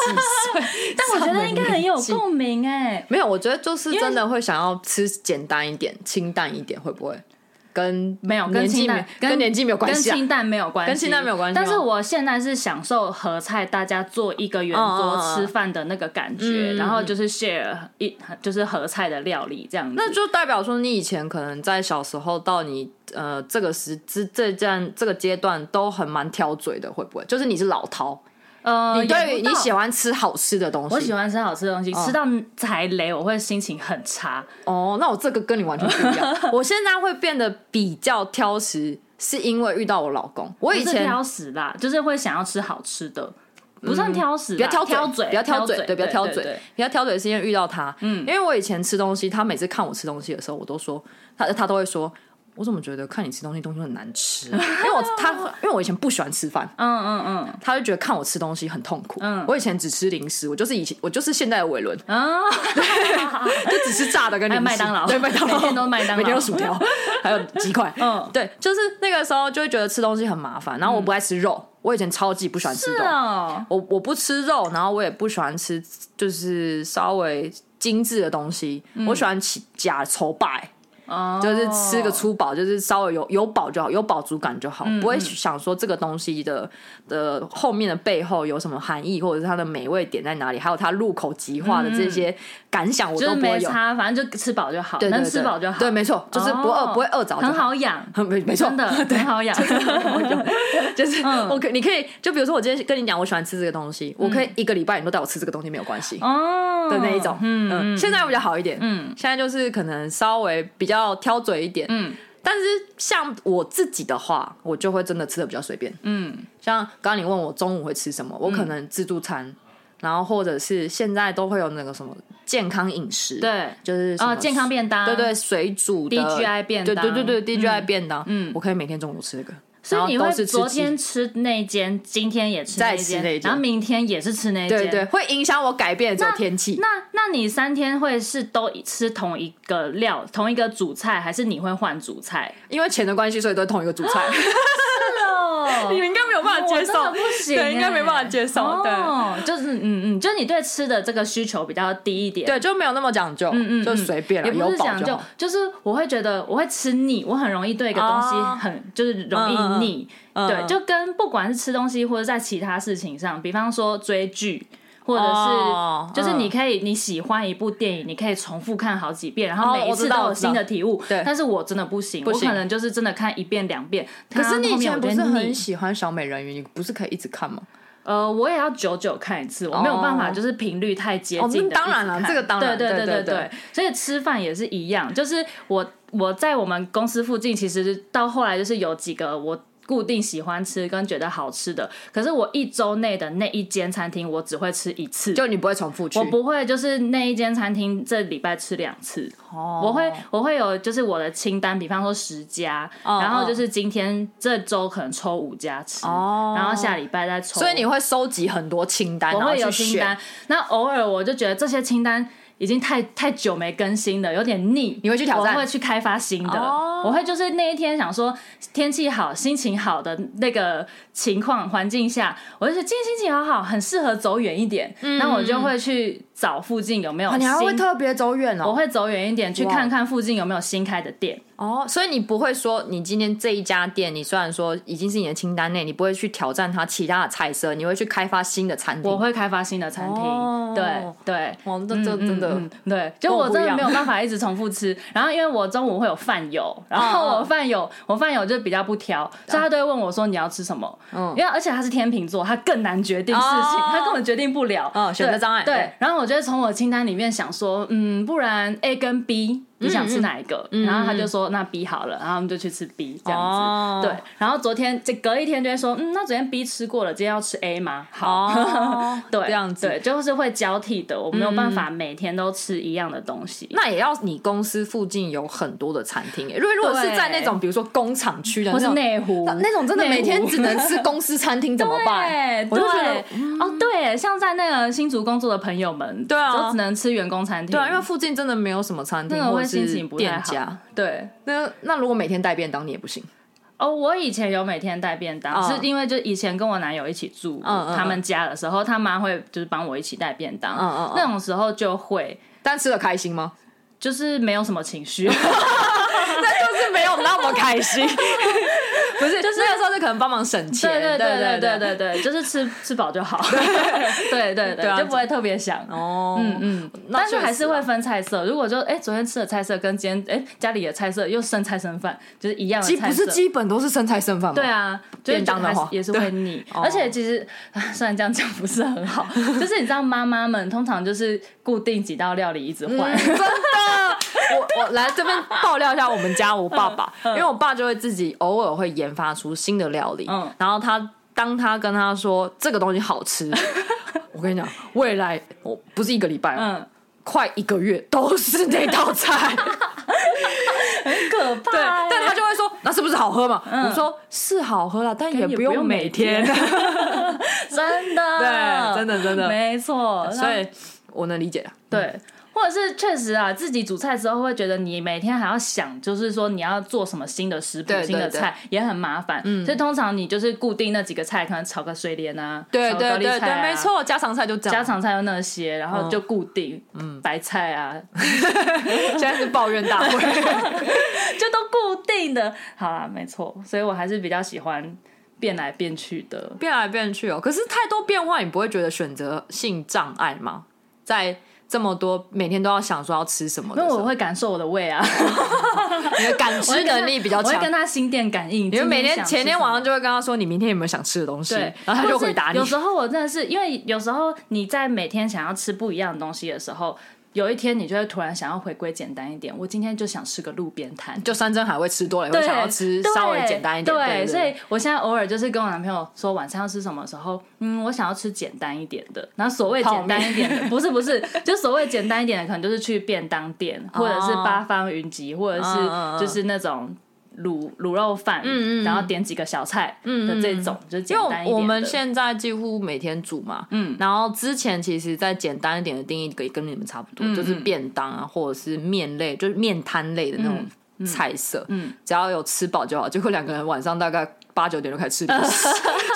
[SPEAKER 1] 岁，
[SPEAKER 2] 但我觉得应该很有共鸣哎，
[SPEAKER 1] 没有，我觉得就是真的会想要吃简单一点、清淡一点，会不会跟
[SPEAKER 2] 没有跟
[SPEAKER 1] 年纪
[SPEAKER 2] 清
[SPEAKER 1] 没
[SPEAKER 2] 淡
[SPEAKER 1] 跟年纪没有关系
[SPEAKER 2] 跟
[SPEAKER 1] 啊？
[SPEAKER 2] 清淡没有关系，
[SPEAKER 1] 跟清淡没有关系哦
[SPEAKER 2] 但
[SPEAKER 1] 吗
[SPEAKER 2] 是我现在是享受合菜，大家坐一个圆桌
[SPEAKER 1] 嗯嗯嗯
[SPEAKER 2] 吃饭的那个感觉，
[SPEAKER 1] 嗯嗯
[SPEAKER 2] 然后就是 share 一就是合菜的料理这样子。
[SPEAKER 1] 那就代表说，你以前可能在小时候到你呃这个时这这段这个阶段都很蛮挑嘴的，会不会？就是你是老饕，
[SPEAKER 2] 呃，
[SPEAKER 1] 你
[SPEAKER 2] 也
[SPEAKER 1] 对于
[SPEAKER 2] 不到
[SPEAKER 1] 你喜欢嗯吃好吃的东
[SPEAKER 2] 我喜
[SPEAKER 1] 西。
[SPEAKER 2] 欢吃好吃的东西，吃到踩雷我会心情很差。
[SPEAKER 1] 哦，那我这个跟你完全不一样。我现在会变得比较挑食，是因为遇到我老公。我
[SPEAKER 2] 不
[SPEAKER 1] 以
[SPEAKER 2] 是
[SPEAKER 1] 前
[SPEAKER 2] 挑食啦，就是会想要吃好吃的，不算挑食
[SPEAKER 1] 嗯
[SPEAKER 2] 啦，
[SPEAKER 1] 不要
[SPEAKER 2] 挑
[SPEAKER 1] 挑嘴，
[SPEAKER 2] 嘴，
[SPEAKER 1] 不要挑嘴，
[SPEAKER 2] 对，
[SPEAKER 1] 对，不要挑
[SPEAKER 2] 对
[SPEAKER 1] 嘴
[SPEAKER 2] 对，
[SPEAKER 1] 不要挑嘴，是因为遇到他，嗯，因为我以前吃东西，他每次看我吃东西的时候，我都说他他都会说。我怎么觉得看你吃东西东西很难 吃？因为我他因为我以前不喜欢吃饭，
[SPEAKER 2] 嗯嗯嗯，
[SPEAKER 1] 他就觉得看我吃东西很痛苦。嗯，我以前只吃零食，我就是以前我就是现在的伟伦，
[SPEAKER 2] 啊，
[SPEAKER 1] 就只吃炸的跟零食，
[SPEAKER 2] 还有麦当劳
[SPEAKER 1] 对麦当劳，
[SPEAKER 2] 每天都麦当劳
[SPEAKER 1] 每天都薯 条，还有鸡块。
[SPEAKER 2] 嗯
[SPEAKER 1] 嗯，对，就是那个时候就会觉得吃东西很麻烦，然后我不爱吃肉，我以前超级不喜欢吃
[SPEAKER 2] 是
[SPEAKER 1] 肉，
[SPEAKER 2] 哦，
[SPEAKER 1] 我我不吃肉，然后我也不喜欢吃，就是稍微精致的东西。我喜欢吃假稠白，
[SPEAKER 2] 嗯哦
[SPEAKER 1] 就是吃个粗饱，就是稍微有有饱就好，有饱足感就
[SPEAKER 2] 嗯
[SPEAKER 1] 好，不会想说这个东西的的后面的背后有什么含义，或者是它的美味点在哪里，还有它入口即化的这些感想，我
[SPEAKER 2] 嗯就
[SPEAKER 1] 都
[SPEAKER 2] 是
[SPEAKER 1] 不
[SPEAKER 2] 没
[SPEAKER 1] 会有。
[SPEAKER 2] 差，反正就吃饱就好，
[SPEAKER 1] 对对
[SPEAKER 2] 能
[SPEAKER 1] 对
[SPEAKER 2] 吃饱就好，
[SPEAKER 1] 对，没错，就是不饿，
[SPEAKER 2] 哦
[SPEAKER 1] 不会饿着就
[SPEAKER 2] 很，好养，
[SPEAKER 1] 很没没错
[SPEAKER 2] 真，的很 好嗯养，
[SPEAKER 1] 就是我可你可以，就比如说我今天跟你讲，我喜欢吃这个东西，我
[SPEAKER 2] 嗯
[SPEAKER 1] 可以一个礼拜你都带我吃这个东西没有关系。
[SPEAKER 2] 哦
[SPEAKER 1] 的那一种，嗯，
[SPEAKER 2] 嗯
[SPEAKER 1] 现在比较好一点，
[SPEAKER 2] 嗯
[SPEAKER 1] 嗯，现在就是可能稍微比较挑嘴一点，
[SPEAKER 2] 嗯
[SPEAKER 1] 嗯，但是像我自己的话，我就会真的吃的比较随便，
[SPEAKER 2] 嗯
[SPEAKER 1] 像刚刚你问我中午会吃什么，我可能自助餐然后或者是现在都会有那个什么健康饮食，，
[SPEAKER 2] 对，
[SPEAKER 1] 就是什么
[SPEAKER 2] 啊，健康便当，
[SPEAKER 1] 对对，水煮的
[SPEAKER 2] DGI 便当
[SPEAKER 1] 对对对对 DGI 便当，
[SPEAKER 2] 嗯
[SPEAKER 1] 我可以每天中午吃这个，
[SPEAKER 2] 所以你
[SPEAKER 1] 然后
[SPEAKER 2] 会
[SPEAKER 1] 都是吃
[SPEAKER 2] 昨天吃那间，今天也吃那
[SPEAKER 1] 再吃那间
[SPEAKER 2] 间，然后明天也是吃那
[SPEAKER 1] 对
[SPEAKER 2] 间。
[SPEAKER 1] 对，会影响我改变这种天气。
[SPEAKER 2] 那那你三天会是都吃同一个料、同一个主菜，还是你会换主菜？
[SPEAKER 1] 因为钱的关系，所以都是同一个主 菜，
[SPEAKER 2] 哦，
[SPEAKER 1] 你们应该没有办法
[SPEAKER 2] 我
[SPEAKER 1] 接
[SPEAKER 2] 真
[SPEAKER 1] 受
[SPEAKER 2] 的，不行欸，
[SPEAKER 1] 对，应该没办法接受，对。
[SPEAKER 2] 哦，就是嗯嗯，就是你对吃的这个需求比较低一点。
[SPEAKER 1] 对，就没有那么讲究，
[SPEAKER 2] 嗯，嗯
[SPEAKER 1] 就随便了，
[SPEAKER 2] 也不
[SPEAKER 1] 有
[SPEAKER 2] 是
[SPEAKER 1] 饱
[SPEAKER 2] 讲
[SPEAKER 1] 就
[SPEAKER 2] 究啊
[SPEAKER 1] 好。，
[SPEAKER 2] 就是我会觉得我会吃腻，我很容易对一个东西
[SPEAKER 1] 哦
[SPEAKER 2] 很、就是容易
[SPEAKER 1] 嗯嗯嗯
[SPEAKER 2] 腻，
[SPEAKER 1] 嗯
[SPEAKER 2] 对，
[SPEAKER 1] 嗯
[SPEAKER 2] 就跟不管是吃东西或者在其他事情上，比方说追剧。或者是，
[SPEAKER 1] 哦
[SPEAKER 2] 就是
[SPEAKER 1] 嗯
[SPEAKER 2] 你可以你喜欢一部电影，你可以重复看好几遍，然后
[SPEAKER 1] 哦
[SPEAKER 2] 每一
[SPEAKER 1] 我知
[SPEAKER 2] 次都
[SPEAKER 1] 道我
[SPEAKER 2] 有
[SPEAKER 1] 知道
[SPEAKER 2] 新的体悟。
[SPEAKER 1] 对
[SPEAKER 2] 但是我真的不行，
[SPEAKER 1] 不行
[SPEAKER 2] 我可能就是真的看一遍两遍。
[SPEAKER 1] 可是
[SPEAKER 2] 看到
[SPEAKER 1] 你以
[SPEAKER 2] 后面
[SPEAKER 1] 前
[SPEAKER 2] 我
[SPEAKER 1] 不
[SPEAKER 2] 觉
[SPEAKER 1] 是
[SPEAKER 2] 得
[SPEAKER 1] 很
[SPEAKER 2] 腻
[SPEAKER 1] 喜欢小美人鱼，你不是可以一直看吗？
[SPEAKER 2] 呃，我也要久久看一次，我没有办法，
[SPEAKER 1] 哦
[SPEAKER 2] 就是频率太接
[SPEAKER 1] 哦
[SPEAKER 2] 近的一直看、
[SPEAKER 1] 那当然啦这个当然
[SPEAKER 2] 对对
[SPEAKER 1] 对
[SPEAKER 2] 对
[SPEAKER 1] 对
[SPEAKER 2] 对
[SPEAKER 1] 对。
[SPEAKER 2] 所以吃饭也是一样，就是我我在我们公司附近，其实到后来就是有几个我。固定喜欢吃跟觉得好吃的，可是我一周内的那一间餐厅，我只会吃一次，
[SPEAKER 1] 就你不会重复去，
[SPEAKER 2] 我不会就是那一间餐厅这礼拜吃两次。
[SPEAKER 1] 哦，
[SPEAKER 2] 我会我会有就是我的清单，比方说十家，
[SPEAKER 1] 哦
[SPEAKER 2] 然后
[SPEAKER 1] 哦
[SPEAKER 2] 就是今天这周可能抽五家吃，
[SPEAKER 1] 哦
[SPEAKER 2] 然后下礼拜再抽。
[SPEAKER 1] 所以你会收集很多清单，
[SPEAKER 2] 我
[SPEAKER 1] 然后
[SPEAKER 2] 会有
[SPEAKER 1] 去
[SPEAKER 2] 清
[SPEAKER 1] 选，
[SPEAKER 2] 单，那偶尔我就觉得这些清单已经太太久没更新了，有点腻。
[SPEAKER 1] 你会去挑战
[SPEAKER 2] 我会去开发新的。
[SPEAKER 1] 哦
[SPEAKER 2] 我会就是那一天想说天气好、心情好的那个情况环境下，我就觉得今天心情好好，很适合走远一点。那、我就会去找附近有没有
[SPEAKER 1] 嗯哦你还会
[SPEAKER 2] 新。
[SPEAKER 1] 特别走远
[SPEAKER 2] 我
[SPEAKER 1] 哦。
[SPEAKER 2] 会走远一点，去
[SPEAKER 1] 哇
[SPEAKER 2] 看看附近有没有新开的店。
[SPEAKER 1] 哦，所以你不会说你今天这一家店，你虽然说已经是你的清单内，你不会去挑战它其他的菜色，你会去开发新的餐厅。
[SPEAKER 2] 我会开发新的餐厅，
[SPEAKER 1] 哦
[SPEAKER 2] 对对，
[SPEAKER 1] 哦，这这真的
[SPEAKER 2] 嗯嗯嗯对，就我真的没有 办法一直重复吃。然后因为我中午会有饭友，然
[SPEAKER 1] 哦
[SPEAKER 2] 后我饭友我饭友就比较不挑，所以他都会问我说你要吃什么。嗯，因为而且他是天秤座，他更难决定事情，
[SPEAKER 1] 哦
[SPEAKER 2] 他根本决定不了。
[SPEAKER 1] 嗯选择障碍
[SPEAKER 2] 对
[SPEAKER 1] 对。
[SPEAKER 2] 然后我就会从我清单里面想说，嗯，不然 A 跟 B。你想
[SPEAKER 1] 嗯
[SPEAKER 2] 吃哪一个？然后他就说那 B 好了，然后我们就去吃 B 这样子。
[SPEAKER 1] 哦
[SPEAKER 2] 对，然后昨天这隔一天就会说，嗯，那昨天 B 吃过了，今天要吃 A 吗？好，
[SPEAKER 1] 哦
[SPEAKER 2] 对，
[SPEAKER 1] 这样子
[SPEAKER 2] 对，就是会交替的，我没有办法每天都吃一样的东西。
[SPEAKER 1] 那也要你公司附近有很多的餐厅耶，因为如果是在那种比如说工厂区的
[SPEAKER 2] 或
[SPEAKER 1] 那
[SPEAKER 2] 是
[SPEAKER 1] 种
[SPEAKER 2] 内湖
[SPEAKER 1] 那那种真的每
[SPEAKER 2] 内
[SPEAKER 1] 天
[SPEAKER 2] 湖
[SPEAKER 1] 只能吃公司餐厅怎么办？
[SPEAKER 2] 对，
[SPEAKER 1] 我就觉得
[SPEAKER 2] 对哦，对，像在那个新竹工作的朋友们，
[SPEAKER 1] 对啊
[SPEAKER 2] 都只能吃员工餐厅，
[SPEAKER 1] 对啊，因为附近真的没有什么餐
[SPEAKER 2] 那
[SPEAKER 1] 厅
[SPEAKER 2] 个
[SPEAKER 1] 或
[SPEAKER 2] 会
[SPEAKER 1] 者
[SPEAKER 2] 心
[SPEAKER 1] 是
[SPEAKER 2] 情不太
[SPEAKER 1] 店
[SPEAKER 2] 好
[SPEAKER 1] 家。。
[SPEAKER 2] 对，
[SPEAKER 1] 那那如果每天带便当你也不行
[SPEAKER 2] 哦，我以前有每天带便当，
[SPEAKER 1] 嗯
[SPEAKER 2] 是因为就以前跟我男友一起住
[SPEAKER 1] 嗯嗯
[SPEAKER 2] 他们家的时候，他妈会就是帮我一起带便当，
[SPEAKER 1] 嗯嗯嗯
[SPEAKER 2] 那种时候就会
[SPEAKER 1] 但吃的开心 吗？
[SPEAKER 2] 就是没有什么 情绪。
[SPEAKER 1] 那就是没有那么开 心，不是？就是那个时候是可能帮忙省钱，
[SPEAKER 2] 对对
[SPEAKER 1] 对
[SPEAKER 2] 对对
[SPEAKER 1] 对
[SPEAKER 2] 对对对，就是吃吃饱 就好。对对
[SPEAKER 1] 对啊
[SPEAKER 2] 就不会特别想。
[SPEAKER 1] 哦，嗯嗯，那
[SPEAKER 2] 但是
[SPEAKER 1] 确实
[SPEAKER 2] 还是
[SPEAKER 1] 啊
[SPEAKER 2] 会分菜色，如果就哎、昨天吃的菜色跟今天哎、家里的菜色又剩菜剩饭，就是一样的
[SPEAKER 1] 基
[SPEAKER 2] 菜
[SPEAKER 1] 不
[SPEAKER 2] 色。
[SPEAKER 1] 是基本都是生菜剩饭吗？
[SPEAKER 2] 对，啊，就是
[SPEAKER 1] 便当的
[SPEAKER 2] 还是
[SPEAKER 1] 话哦
[SPEAKER 2] 也是会腻，而且其实、啊虽然这样讲不是很好，就是你知道妈妈们通常就是固定几道料理一直换，
[SPEAKER 1] 真的，我我来这边爆料一下我们家我爸爸，因为我爸就会自己偶尔会研发出新的料理，
[SPEAKER 2] 嗯
[SPEAKER 1] 然后他当他跟他说这个东西好吃， 我跟你讲，未来我不是一个礼拜、哦，
[SPEAKER 2] 嗯，
[SPEAKER 1] 快一个月都是那道菜，
[SPEAKER 2] 很可 怕、
[SPEAKER 1] 对，
[SPEAKER 2] 欸。
[SPEAKER 1] 但他就会说那是不是好喝嘛？我说是好喝啦，但也
[SPEAKER 2] 哎也
[SPEAKER 1] 不
[SPEAKER 2] 不用
[SPEAKER 1] 用每天，
[SPEAKER 2] 真的，
[SPEAKER 1] 对真的真的
[SPEAKER 2] 没 错，
[SPEAKER 1] 所以我能理解的。
[SPEAKER 2] 对，或者是确实啊，自己煮菜之后会觉得你每天还要想，就是说你要做什么新的食谱、
[SPEAKER 1] 对对嗯
[SPEAKER 2] 新的菜也很麻烦。所以通常你就是固定那几个菜，可能炒个水莲啊，
[SPEAKER 1] 对
[SPEAKER 2] 炒个
[SPEAKER 1] 对
[SPEAKER 2] 高丽
[SPEAKER 1] 对
[SPEAKER 2] 菜啊
[SPEAKER 1] 对，没。错，嗯家常菜就这
[SPEAKER 2] 家
[SPEAKER 1] 样。
[SPEAKER 2] 常菜有那些，然后就固定，白 菜啊，
[SPEAKER 1] 现在是抱怨大会，
[SPEAKER 2] 就都固定的。好啦，没错，所以我还是比较喜欢变来变去的。
[SPEAKER 1] 变来变去哦。可是太多变化，你不会觉得选择性障碍吗？在这么多每天都要想说要吃什么的
[SPEAKER 2] 因为
[SPEAKER 1] 时
[SPEAKER 2] 我
[SPEAKER 1] 候，
[SPEAKER 2] 会感受我的 胃啊，
[SPEAKER 1] 你的感知能力比较
[SPEAKER 2] 我会
[SPEAKER 1] 强
[SPEAKER 2] 跟。他心电感应。
[SPEAKER 1] 你们每
[SPEAKER 2] 今
[SPEAKER 1] 天
[SPEAKER 2] 想吃
[SPEAKER 1] 前天
[SPEAKER 2] 什么
[SPEAKER 1] 晚上就会跟他说你明天有没有想吃的东西，
[SPEAKER 2] 对，
[SPEAKER 1] 然后他就回答你
[SPEAKER 2] 或是有。时候我真的是因为有时候你在每天想要吃不一样的东西的时候，有一天你就会突然想要回归简单一点。我今天就想吃个路边摊，
[SPEAKER 1] 就山珍海味吃多了，也
[SPEAKER 2] 对
[SPEAKER 1] 会想要吃
[SPEAKER 2] 对
[SPEAKER 1] 稍微简单一点。
[SPEAKER 2] 对，
[SPEAKER 1] 对，对
[SPEAKER 2] 所以我现在偶尔就是跟我男朋友说晚餐要吃什么的时候，嗯，我想要吃简单一点的。然后所谓简单一点的，不是不是，就所谓简单一点的，可能就是去便当店，或者是八方云集，或 者
[SPEAKER 1] 嗯嗯嗯
[SPEAKER 2] 是就是那种。卤卤肉饭，嗯嗯，嗯然后点几个小菜的这种，就是简
[SPEAKER 1] 因
[SPEAKER 2] 单一点
[SPEAKER 1] 为
[SPEAKER 2] 的
[SPEAKER 1] 我们现在几乎每天煮嘛，嗯，然后之前其实再简单一点的定义跟跟你们差不
[SPEAKER 2] 嗯
[SPEAKER 1] 多，就是便当啊，或者是面类，就是面摊类的那
[SPEAKER 2] 嗯
[SPEAKER 1] 种菜色，嗯，只要有吃饱就好。结果两个人晚上大概八九点就开始吃零 食，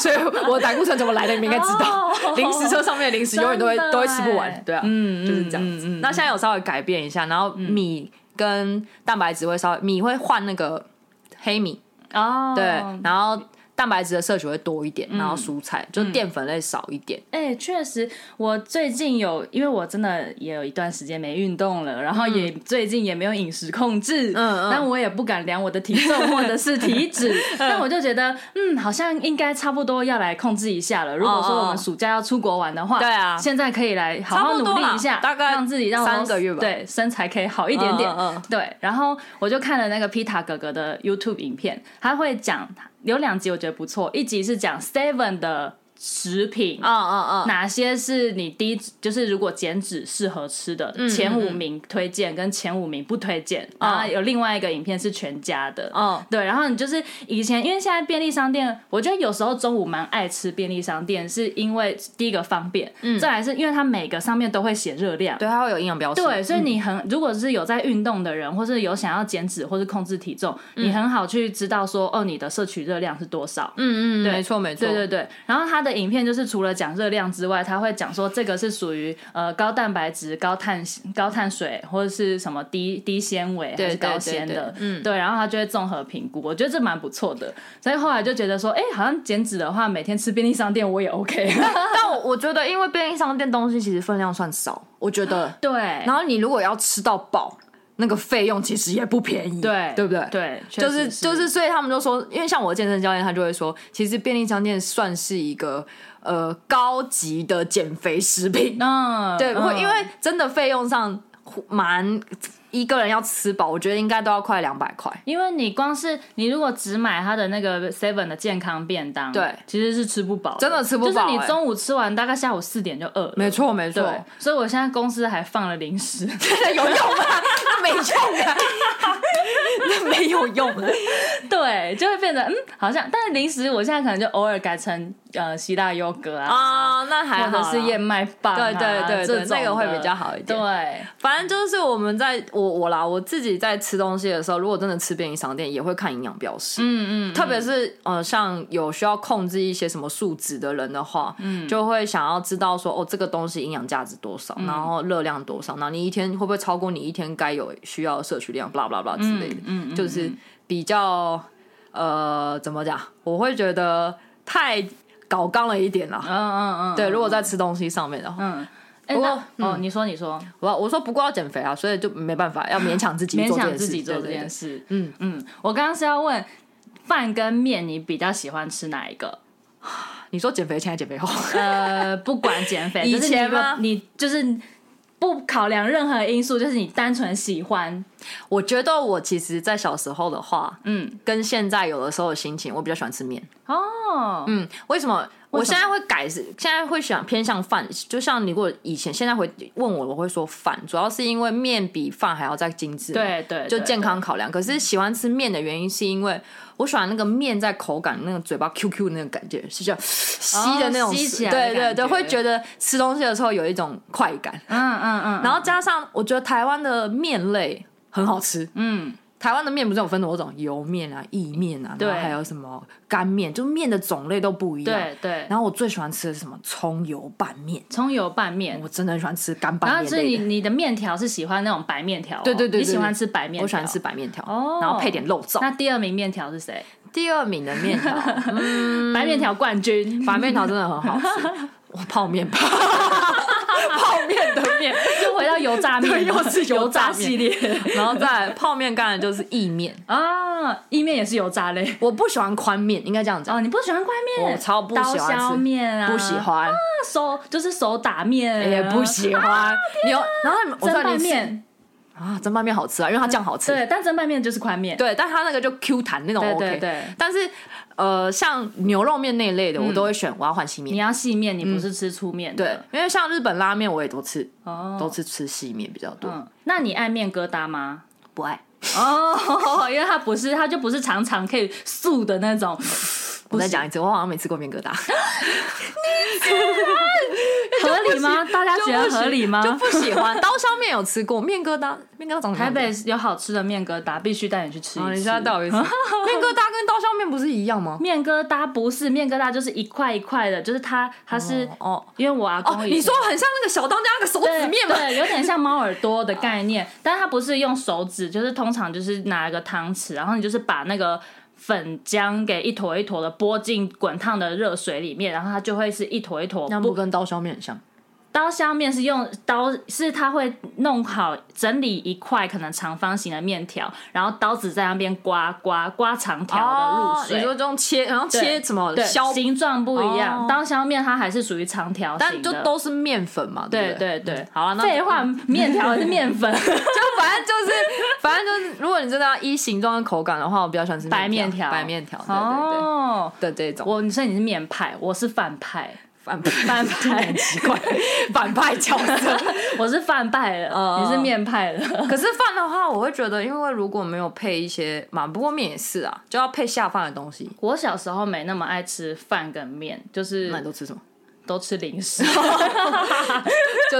[SPEAKER 1] 所以我胆固醇怎么来的你们应该知道，
[SPEAKER 2] 哦
[SPEAKER 1] 零食车上面的零食永远都会
[SPEAKER 2] 真的
[SPEAKER 1] 都会吃不
[SPEAKER 2] 欸
[SPEAKER 1] 完，对啊，
[SPEAKER 2] 嗯
[SPEAKER 1] 就是这样子。那现在有稍微改变一下，然后米跟蛋白质会稍微米会换那个黑米，
[SPEAKER 2] 哦，
[SPEAKER 1] 对，然后蛋白质的摄取会多一点，然后蔬菜就淀粉类少一点。
[SPEAKER 2] 哎、确实，我最近有，因为我真的也有一段时间没运动了，然后也、最近也没有饮食控制，
[SPEAKER 1] 嗯嗯嗯
[SPEAKER 2] 但我也不敢量我的 体重或者是体脂， 但我就觉得，嗯，好像应该差不多要来控制一下了。如果说我们暑假要出国玩的话，
[SPEAKER 1] 哦对啊
[SPEAKER 2] 现在可以来好好
[SPEAKER 1] 差不
[SPEAKER 2] 努
[SPEAKER 1] 多啦
[SPEAKER 2] 力一下，
[SPEAKER 1] 大概
[SPEAKER 2] 让自己让我
[SPEAKER 1] 三个月吧
[SPEAKER 2] 对，身材可以好一点点。
[SPEAKER 1] 嗯嗯嗯
[SPEAKER 2] 对，然后我就看了那个皮塔哥哥的 YouTube 影片，他会讲有两集我觉得不错，一集是讲 Seven 的食品
[SPEAKER 1] 嗯嗯嗯，
[SPEAKER 2] 哪些是你低，就是如果减脂适合吃的、前五名推荐跟前五名不推荐，然后有另外一个影片是全家的，
[SPEAKER 1] 嗯
[SPEAKER 2] 对，然后你就是以前因为现在便利商店，我觉得有时候中午蛮爱吃便利商店，是因为第一个方便，再来是因为它每个上面都会写热量。
[SPEAKER 1] 对，它会有营养标识。
[SPEAKER 2] 对，所以你很，如果是有在运动的人，或是有想要减脂或是控制体重，你很好去知道说，哦，你的摄取热量是多少。
[SPEAKER 1] 嗯嗯，没错没错。
[SPEAKER 2] 对对对，然后他的影片就是除了讲热量之外，他会讲说这个是属于呃高蛋白质、高碳、高碳水或者是什么低低纤维还是
[SPEAKER 1] 对对
[SPEAKER 2] 高纤的，
[SPEAKER 1] 对对嗯
[SPEAKER 2] 对，然后他就会综合评估，我觉得这蛮不错的，所以后来就觉得说，哎，好像减脂的话，每天吃便利商店我 也 OK，
[SPEAKER 1] 但我我觉得，因为便利商店东西其实分量算少，我觉得。
[SPEAKER 2] 对，
[SPEAKER 1] 然后你如果要吃到饱，那个费用其实也不便宜，
[SPEAKER 2] 对
[SPEAKER 1] 对不对？。
[SPEAKER 2] 对，确
[SPEAKER 1] 就
[SPEAKER 2] 实
[SPEAKER 1] 是就是，所以他们就说，因为像我的健身教练，他就会说，其实便利商店算是一个呃高级的减肥食品，
[SPEAKER 2] 嗯，
[SPEAKER 1] 对，会
[SPEAKER 2] 嗯
[SPEAKER 1] 因为真的费用上蛮一个人要吃饱，我觉得应该都要快两百块。
[SPEAKER 2] 因为你光是你如果只买它的那个 Seven 的健康便当，
[SPEAKER 1] 对
[SPEAKER 2] 其实是吃不饱，
[SPEAKER 1] 真的吃不饱
[SPEAKER 2] 就是你
[SPEAKER 1] 欸
[SPEAKER 2] 中午吃完，大概下午四点就饿了。
[SPEAKER 1] 没错，没错，
[SPEAKER 2] 对，所以我现在公司还放了 零食，
[SPEAKER 1] 有用吗？那没用啊， 那没有用啊。
[SPEAKER 2] 对，就会变得嗯，好像，但是零食我现在可能就偶尔改成呃希腊优格啊，
[SPEAKER 1] 啊，那还
[SPEAKER 2] 或者
[SPEAKER 1] 好啦。
[SPEAKER 2] 是燕麦棒、啊，
[SPEAKER 1] 对对对对
[SPEAKER 2] 这种
[SPEAKER 1] 那个会
[SPEAKER 2] 的
[SPEAKER 1] 比较好一点
[SPEAKER 2] 对，
[SPEAKER 1] 反正就是我们在我我啦，我自己在吃东西的时候，如果真的吃便利商店，也会看营养标识。嗯嗯特别是呃，像有需要控制一些什么数值的人的话，嗯，就会想要知道说，哦，这个东西营养价值多少，
[SPEAKER 2] 嗯
[SPEAKER 1] 然后热量多少，然后你一天会不会超过你一天该有需要的摄取量，blah blah blah 之类的，嗯，就是比较呃，怎么讲？我会觉得太搞纲了一点啦。
[SPEAKER 2] 嗯嗯嗯，
[SPEAKER 1] 对，如果在吃东西上面的话，
[SPEAKER 2] 哎，
[SPEAKER 1] 不
[SPEAKER 2] 那
[SPEAKER 1] 过嗯
[SPEAKER 2] 哦，你说你说，
[SPEAKER 1] 我我说不过要减肥啊，所以就没办法，要勉强自己
[SPEAKER 2] 勉
[SPEAKER 1] 做这
[SPEAKER 2] 强
[SPEAKER 1] 件事，
[SPEAKER 2] 自己做
[SPEAKER 1] 对
[SPEAKER 2] 这
[SPEAKER 1] 对
[SPEAKER 2] 件
[SPEAKER 1] 对
[SPEAKER 2] 事，
[SPEAKER 1] 嗯
[SPEAKER 2] 嗯，我刚刚是要问饭跟面，你比较喜欢吃哪一个？
[SPEAKER 1] 你说减肥前还是减肥后？
[SPEAKER 2] 呃，不管减肥，
[SPEAKER 1] 以
[SPEAKER 2] 就是
[SPEAKER 1] 前
[SPEAKER 2] 你不
[SPEAKER 1] 吗
[SPEAKER 2] 你就是不考量任何因素，就是你单纯喜欢，
[SPEAKER 1] 我觉得我其实，在小时候的话，
[SPEAKER 2] 嗯。
[SPEAKER 1] 跟现在有的时候的心情，我比较喜欢吃面。
[SPEAKER 2] 哦，
[SPEAKER 1] 嗯，为什么？我
[SPEAKER 2] 什
[SPEAKER 1] 现在会改是，现在会想偏向饭，就像你如果以前现在会问我，我会说饭，主要是因为面比饭还要再精致嘛，
[SPEAKER 2] 对对，
[SPEAKER 1] 就
[SPEAKER 2] 对
[SPEAKER 1] 健康考量。可是喜欢吃面的原因，是因为我喜欢那个面在口感，那个嘴巴 Q Q 的那个感觉，是叫吸的那种，
[SPEAKER 2] 哦吸起来的
[SPEAKER 1] 对对
[SPEAKER 2] 感觉
[SPEAKER 1] 对，会觉得吃东西的时候有一种快感。
[SPEAKER 2] 嗯嗯嗯，
[SPEAKER 1] 然后加上，我觉得台湾的面类很好吃。
[SPEAKER 2] 嗯，
[SPEAKER 1] 台湾的面不是有分多种，油面啊、意面啊，
[SPEAKER 2] 对
[SPEAKER 1] 然后还有什么干面，就面的种类都不一样。
[SPEAKER 2] 对对，
[SPEAKER 1] 然后我最喜欢吃的是什么葱油拌面，
[SPEAKER 2] 葱油拌面。
[SPEAKER 1] 我真的很喜欢吃干
[SPEAKER 2] 然
[SPEAKER 1] 拌
[SPEAKER 2] 后
[SPEAKER 1] 面
[SPEAKER 2] 所以
[SPEAKER 1] 类
[SPEAKER 2] 你
[SPEAKER 1] 的。
[SPEAKER 2] 你的面条是喜欢那种白面条哦，
[SPEAKER 1] 对对对对
[SPEAKER 2] 你喜欢吃白面，
[SPEAKER 1] 我喜欢吃。白面条，
[SPEAKER 2] 哦
[SPEAKER 1] 然后配点肉燥。
[SPEAKER 2] 那第二名面条是谁？
[SPEAKER 1] 第二名的面条， 嗯
[SPEAKER 2] 白面条冠军。
[SPEAKER 1] 白面条真的很好吃，我泡面吧。泡面的面，
[SPEAKER 2] 又回到油 炸面
[SPEAKER 1] 对
[SPEAKER 2] 了，
[SPEAKER 1] 又是油
[SPEAKER 2] 油
[SPEAKER 1] 炸
[SPEAKER 2] 炸
[SPEAKER 1] 面
[SPEAKER 2] 系列
[SPEAKER 1] 然后再来泡面当然就是意面，
[SPEAKER 2] 啊，意面也是油炸类。
[SPEAKER 1] 我不喜欢宽面，应该这样讲，
[SPEAKER 2] 哦，你不喜欢宽面？
[SPEAKER 1] 我超不喜
[SPEAKER 2] 刀
[SPEAKER 1] 欢吃
[SPEAKER 2] 削面啊，
[SPEAKER 1] 不喜欢，
[SPEAKER 2] 那手就是手打面啊，
[SPEAKER 1] 也不喜 欢牛。然后我
[SPEAKER 2] 蒸
[SPEAKER 1] 知道
[SPEAKER 2] 拌
[SPEAKER 1] 你吃
[SPEAKER 2] 面。
[SPEAKER 1] 啊，蒸拌面好吃啊，因为它酱好吃。
[SPEAKER 2] 对，但蒸拌面就是宽面。
[SPEAKER 1] 对，但它那个就 Q 弹那种
[SPEAKER 2] 对
[SPEAKER 1] OK，
[SPEAKER 2] 对对
[SPEAKER 1] 但是呃，像牛肉面那一类的，我都会选我嗯要换细
[SPEAKER 2] 你
[SPEAKER 1] 面。
[SPEAKER 2] 要细面，你不是吃粗面
[SPEAKER 1] 对
[SPEAKER 2] 的。，
[SPEAKER 1] 因为像日本拉面我也都吃，
[SPEAKER 2] 哦，
[SPEAKER 1] 都是吃细面比较多，
[SPEAKER 2] 嗯，那你爱面疙瘩吗？
[SPEAKER 1] 不爱。
[SPEAKER 2] 哦， 因为它不是，它就不是常常可以素的 那种。
[SPEAKER 1] 我再讲一次，我好像没吃过面疙 瘩，
[SPEAKER 2] 合理吗？大家觉得合理吗？
[SPEAKER 1] 就不喜欢。刀削面有吃过，面疙瘩，面疙瘩长得
[SPEAKER 2] 台
[SPEAKER 1] 蛮
[SPEAKER 2] 北有好吃的面疙瘩，必须带你去吃
[SPEAKER 1] 哦，
[SPEAKER 2] 一
[SPEAKER 1] 你
[SPEAKER 2] 次。
[SPEAKER 1] 现在带我 一次。面疙瘩跟刀削面不是一样吗？
[SPEAKER 2] 面疙瘩不是面疙瘩，就是一块一块的，就是它它是
[SPEAKER 1] 哦
[SPEAKER 2] 因为我阿
[SPEAKER 1] 哦，
[SPEAKER 2] 公以前
[SPEAKER 1] 你说很像那个小当家那个手指
[SPEAKER 2] 对
[SPEAKER 1] 面吗？
[SPEAKER 2] 对，有点像猫耳 朵的概念，但是它不是用手指，就是通常就是拿一个汤匙，然后你就是把那个粉浆给一坨一坨的拨进滚烫的热水里面，然后它就会是一坨一坨
[SPEAKER 1] 那不跟刀削面很像？
[SPEAKER 2] 刀削面是用刀，是它会弄好整理一块可能长方形的面条，然后刀子在那边刮刮刮长条的入水。
[SPEAKER 1] 哦你说这种切，然后切什么
[SPEAKER 2] 对，
[SPEAKER 1] 削，
[SPEAKER 2] 形状不一样，
[SPEAKER 1] 哦
[SPEAKER 2] 刀削面它还是属于长条形
[SPEAKER 1] 但
[SPEAKER 2] 的，
[SPEAKER 1] 就都是面粉嘛，
[SPEAKER 2] 对
[SPEAKER 1] 不
[SPEAKER 2] 对对。
[SPEAKER 1] 好了，那
[SPEAKER 2] 废话，面条还是面 粉，
[SPEAKER 1] 就反正就是， 反正就是，如果你真的要依形状跟口感的话，我比较喜欢吃
[SPEAKER 2] 白面条
[SPEAKER 1] 白面条，对对对
[SPEAKER 2] 哦，
[SPEAKER 1] 的这种
[SPEAKER 2] 我所以你是面派，我是 反派，
[SPEAKER 1] 反派，
[SPEAKER 2] 反派
[SPEAKER 1] 奇怪，反派角 色。
[SPEAKER 2] 我是反派了，
[SPEAKER 1] 哦
[SPEAKER 2] 你是面派了。
[SPEAKER 1] 可是饭的话，我会觉得，因为如果没有配一些嘛，不过面也是啊，就要配下饭的东西。
[SPEAKER 2] 我小时候没那么爱吃饭跟面，就是
[SPEAKER 1] 那你都吃什么？
[SPEAKER 2] 都吃 零食，
[SPEAKER 1] 就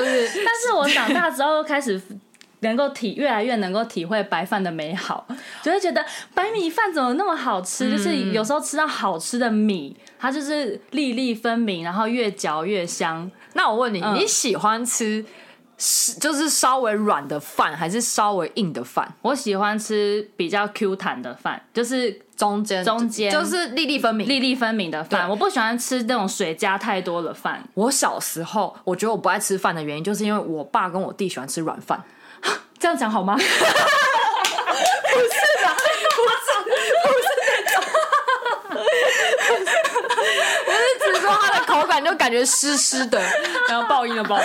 [SPEAKER 1] 是
[SPEAKER 2] 但是我长大之后开始。 能够体越来越能够体会白饭的美好，就会觉得白米饭怎么那么好
[SPEAKER 1] 嗯
[SPEAKER 2] 吃？就是有时候吃到好吃的米，它就是粒粒分明，然后越嚼越香。
[SPEAKER 1] 那我问
[SPEAKER 2] 嗯
[SPEAKER 1] 你，你喜欢吃是就是稍微软的饭，还是稍微硬的饭？
[SPEAKER 2] 我喜欢吃比较 Q 弹的饭，就是
[SPEAKER 1] 中间
[SPEAKER 2] 中间
[SPEAKER 1] 就是粒粒分明。
[SPEAKER 2] 粒粒分明的饭。
[SPEAKER 1] 对
[SPEAKER 2] 我不喜欢吃那种水加太多的饭。
[SPEAKER 1] 我小时候我觉得我不爱吃饭的原因，就是因为我爸跟我弟喜欢吃软饭。
[SPEAKER 2] 这样讲好吗？
[SPEAKER 1] 只说它的口感就感觉湿湿的，然后爆音的爆音，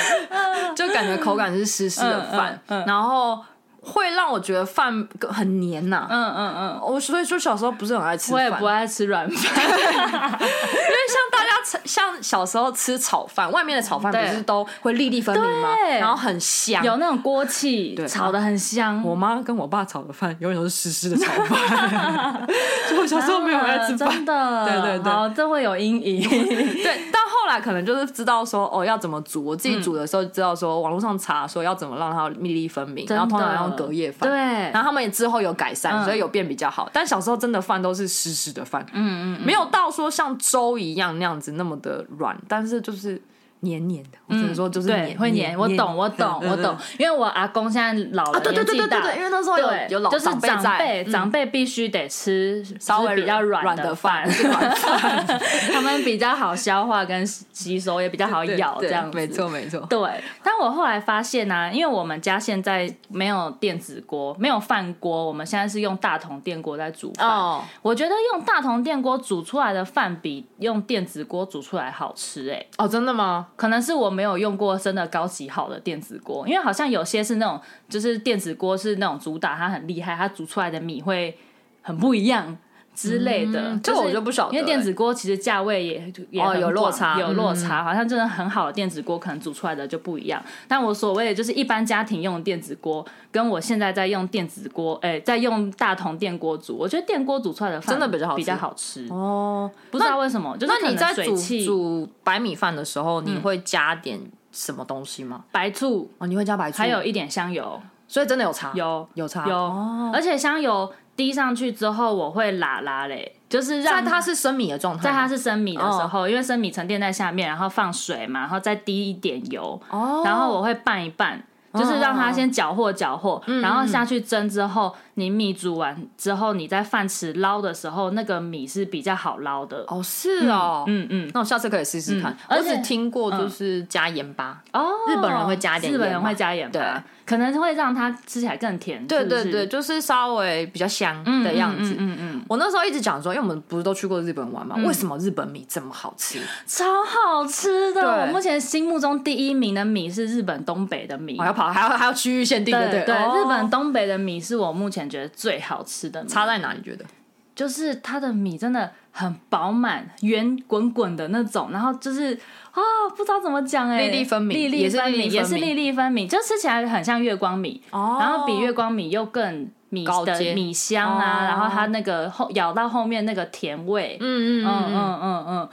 [SPEAKER 1] 就感觉口感是湿湿的饭，然后会让我觉得饭很黏呐、
[SPEAKER 2] 嗯嗯嗯，
[SPEAKER 1] 我所以说小时候不是很爱吃
[SPEAKER 2] 我
[SPEAKER 1] 饭，
[SPEAKER 2] 也不爱吃 软饭。
[SPEAKER 1] 因为像大家吃像小时候吃炒饭，外面的炒饭
[SPEAKER 2] 对
[SPEAKER 1] 不是都会粒粒分明吗？
[SPEAKER 2] 对
[SPEAKER 1] 然后很香。
[SPEAKER 2] 有那种锅气，炒的很香。
[SPEAKER 1] 我妈跟我爸炒的饭永远都是湿湿的炒 饭，所以我小时候没有爱吃饭
[SPEAKER 2] 啊。真的，
[SPEAKER 1] 对对对
[SPEAKER 2] 好，这会有阴影。
[SPEAKER 1] 对，但后来可能就是知道说哦要怎么煮，我自己煮的时候就知道说网络上查说要怎么让它粒粒分明，
[SPEAKER 2] 真
[SPEAKER 1] 然
[SPEAKER 2] 的
[SPEAKER 1] 后通常要用隔夜饭。
[SPEAKER 2] 对
[SPEAKER 1] 然后他们也之后有改善，所以有变比较好。但小时候真的饭都是湿湿的饭，嗯嗯，没有到说像粥一样那样子那么的软，但是就是黏黏的。我只能说就是
[SPEAKER 2] 对，
[SPEAKER 1] 黏，
[SPEAKER 2] 会黏，我懂，我懂，
[SPEAKER 1] 嗯
[SPEAKER 2] 我懂，因为我阿公现在老了，
[SPEAKER 1] 啊对对对
[SPEAKER 2] 年
[SPEAKER 1] 对
[SPEAKER 2] 纪
[SPEAKER 1] 对
[SPEAKER 2] 大
[SPEAKER 1] 对，因为那时候有
[SPEAKER 2] 对
[SPEAKER 1] 有老
[SPEAKER 2] 就是
[SPEAKER 1] 辈
[SPEAKER 2] 长
[SPEAKER 1] 在嗯
[SPEAKER 2] 辈，，长辈必须得吃
[SPEAKER 1] 稍微
[SPEAKER 2] 就是比较
[SPEAKER 1] 软
[SPEAKER 2] 的
[SPEAKER 1] 饭，不是软饭
[SPEAKER 2] 他们比较好消化跟吸收，也比较好咬，这
[SPEAKER 1] 对
[SPEAKER 2] 样子
[SPEAKER 1] 没错没错。
[SPEAKER 2] 对，但我后来发现呢、因为我们家现在没有电子锅，没有饭锅，我们现在是用大同电锅在煮饭。
[SPEAKER 1] 哦，
[SPEAKER 2] 我觉得用大同电锅煮出来的饭比用电子锅煮出来好吃、欸，
[SPEAKER 1] 哦，真的吗？
[SPEAKER 2] 可能是我没有用过真的高级好的电子锅，因为好像有些是那种就是电子锅是那种主打它很厉害，它煮出来的米会很不一样。之类的，
[SPEAKER 1] 嗯这
[SPEAKER 2] 就是
[SPEAKER 1] 个我就不晓得
[SPEAKER 2] 因为电子锅其实价位也也
[SPEAKER 1] 哦
[SPEAKER 2] 很
[SPEAKER 1] 有
[SPEAKER 2] 广
[SPEAKER 1] 落差嗯
[SPEAKER 2] 有落差，好像真的很好的电子锅可能煮出来的就不一样。但我所谓的就是一般家庭用的电子锅，跟我现在在用电子锅，哎、在用大同电锅煮，我觉得电锅煮出来的饭
[SPEAKER 1] 真的比较好吃
[SPEAKER 2] 比较好吃，
[SPEAKER 1] 哦，
[SPEAKER 2] 不知道为什么，就是可
[SPEAKER 1] 那你
[SPEAKER 2] 能
[SPEAKER 1] 在
[SPEAKER 2] 水
[SPEAKER 1] 煮
[SPEAKER 2] 汽
[SPEAKER 1] 煮白米饭的时候，你会加点什么东西吗？
[SPEAKER 2] 白醋，
[SPEAKER 1] 嗯哦，你会加白醋，
[SPEAKER 2] 还有一点香油，
[SPEAKER 1] 所以真的有差，
[SPEAKER 2] 有
[SPEAKER 1] 有差，
[SPEAKER 2] 有，
[SPEAKER 1] 哦
[SPEAKER 2] 而且香油滴上去之后，我会拉拉嘞，就是
[SPEAKER 1] 在
[SPEAKER 2] 让
[SPEAKER 1] 它哦是生米的状态
[SPEAKER 2] 在
[SPEAKER 1] 吗，
[SPEAKER 2] 它是生米的时候，因为生米沉淀在下面，然后放水嘛，然后再滴一点油，
[SPEAKER 1] 哦，嗯
[SPEAKER 2] 然后我会拌一拌。就是让它先搅和搅和，然后下去蒸之后，你米煮完之后，你在饭匙捞的时候，那个米是比较好捞的。
[SPEAKER 1] 哦，是哦，
[SPEAKER 2] 嗯嗯，
[SPEAKER 1] 那我下次可以试试看。
[SPEAKER 2] 嗯
[SPEAKER 1] 我只
[SPEAKER 2] 而且
[SPEAKER 1] 听过就是加盐巴，
[SPEAKER 2] 哦，
[SPEAKER 1] 日本人会加一点
[SPEAKER 2] 日本人
[SPEAKER 1] 盐嘛
[SPEAKER 2] 会加盐
[SPEAKER 1] 对
[SPEAKER 2] 巴，可能会让它吃起来更甜。
[SPEAKER 1] 对
[SPEAKER 2] 是不
[SPEAKER 1] 对
[SPEAKER 2] 是
[SPEAKER 1] 对，就是稍微比较香
[SPEAKER 2] 嗯
[SPEAKER 1] 的样子。
[SPEAKER 2] 嗯嗯嗯嗯，
[SPEAKER 1] 我那时候一直讲说，因为我们不是都去过日本玩嘛，为什么日本米这么好吃？哦
[SPEAKER 2] 超好吃的。
[SPEAKER 1] 对
[SPEAKER 2] 我目前心目中第一名的米是日本东北的米
[SPEAKER 1] 我、，哦要跑，还要还要区域限定，
[SPEAKER 2] 对
[SPEAKER 1] 嗯对哦
[SPEAKER 2] 日本东北的米是我目前觉得最好吃的米，
[SPEAKER 1] 差在哪？你觉得？
[SPEAKER 2] 就是它的米真的很饱满、圆滚滚的那种，然后就是啊、不知道怎么讲哎、
[SPEAKER 1] 粒粒分明
[SPEAKER 2] 粒粒分明，
[SPEAKER 1] 也
[SPEAKER 2] 也
[SPEAKER 1] 是
[SPEAKER 2] 是
[SPEAKER 1] 粒粒分明
[SPEAKER 2] 粒粒分明，就吃起来很像月光米，
[SPEAKER 1] 哦
[SPEAKER 2] 然后比月光米又更米
[SPEAKER 1] 高
[SPEAKER 2] 的
[SPEAKER 1] 阶
[SPEAKER 2] 米香啊，
[SPEAKER 1] 哦
[SPEAKER 2] 然后它那个后咬到后面那个甜味，
[SPEAKER 1] 嗯嗯
[SPEAKER 2] 嗯
[SPEAKER 1] 嗯嗯，
[SPEAKER 2] 嗯嗯嗯，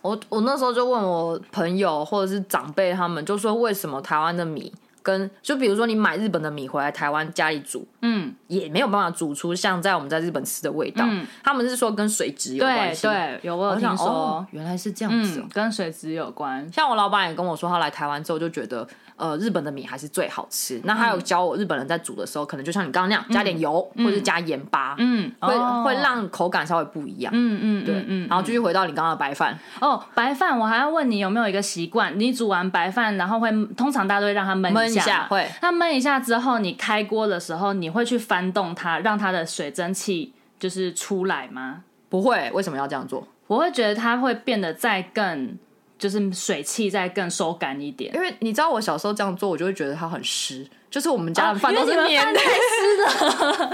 [SPEAKER 1] 我我那时候就问我朋友或者是长辈他们，就说为什么台湾的米跟就比如说你买日本的米回来台湾家里煮，
[SPEAKER 2] 嗯，
[SPEAKER 1] 也没有办法煮出像在我们在日本吃的味道。
[SPEAKER 2] 嗯
[SPEAKER 1] 他们是说跟水质有关
[SPEAKER 2] 对
[SPEAKER 1] 系。
[SPEAKER 2] 对，有我有
[SPEAKER 1] 我
[SPEAKER 2] 听
[SPEAKER 1] 想
[SPEAKER 2] 说，
[SPEAKER 1] 哦，原来是这样子、哦
[SPEAKER 2] 嗯，跟水质有关，
[SPEAKER 1] 像我老板也跟我说，他来台湾之后就觉得，呃，日本的米还是最好吃。那他有
[SPEAKER 2] 嗯
[SPEAKER 1] 教我，日本人在煮的时候，可能就像你刚刚那样，加点油、或者是加盐巴，
[SPEAKER 2] 嗯，
[SPEAKER 1] 会、
[SPEAKER 2] 哦
[SPEAKER 1] 会让口感稍微不一样。
[SPEAKER 2] 嗯嗯
[SPEAKER 1] 对
[SPEAKER 2] 嗯，嗯，
[SPEAKER 1] 然后继续回到你刚刚的白饭，
[SPEAKER 2] 哦，白饭我还要问你有没有一个习惯，你煮完白饭，然后会通常大家都会让它焖
[SPEAKER 1] 焖
[SPEAKER 2] 一
[SPEAKER 1] 一
[SPEAKER 2] 下
[SPEAKER 1] 下
[SPEAKER 2] 嘛，
[SPEAKER 1] 会
[SPEAKER 2] 那焖一下之后，你开锅的时候，你会去翻动它，让它的水蒸气就是出来吗？
[SPEAKER 1] 不会？为什么要这样做？
[SPEAKER 2] 我会觉得它会变得再更就是水汽再更收干一点。
[SPEAKER 1] 因为你知道我小时候这样做，我就会觉得它很湿，就是我们家的饭
[SPEAKER 2] 因
[SPEAKER 1] 都
[SPEAKER 2] 为
[SPEAKER 1] 是
[SPEAKER 2] 你们
[SPEAKER 1] 黏
[SPEAKER 2] 饭
[SPEAKER 1] 的
[SPEAKER 2] 太，湿了，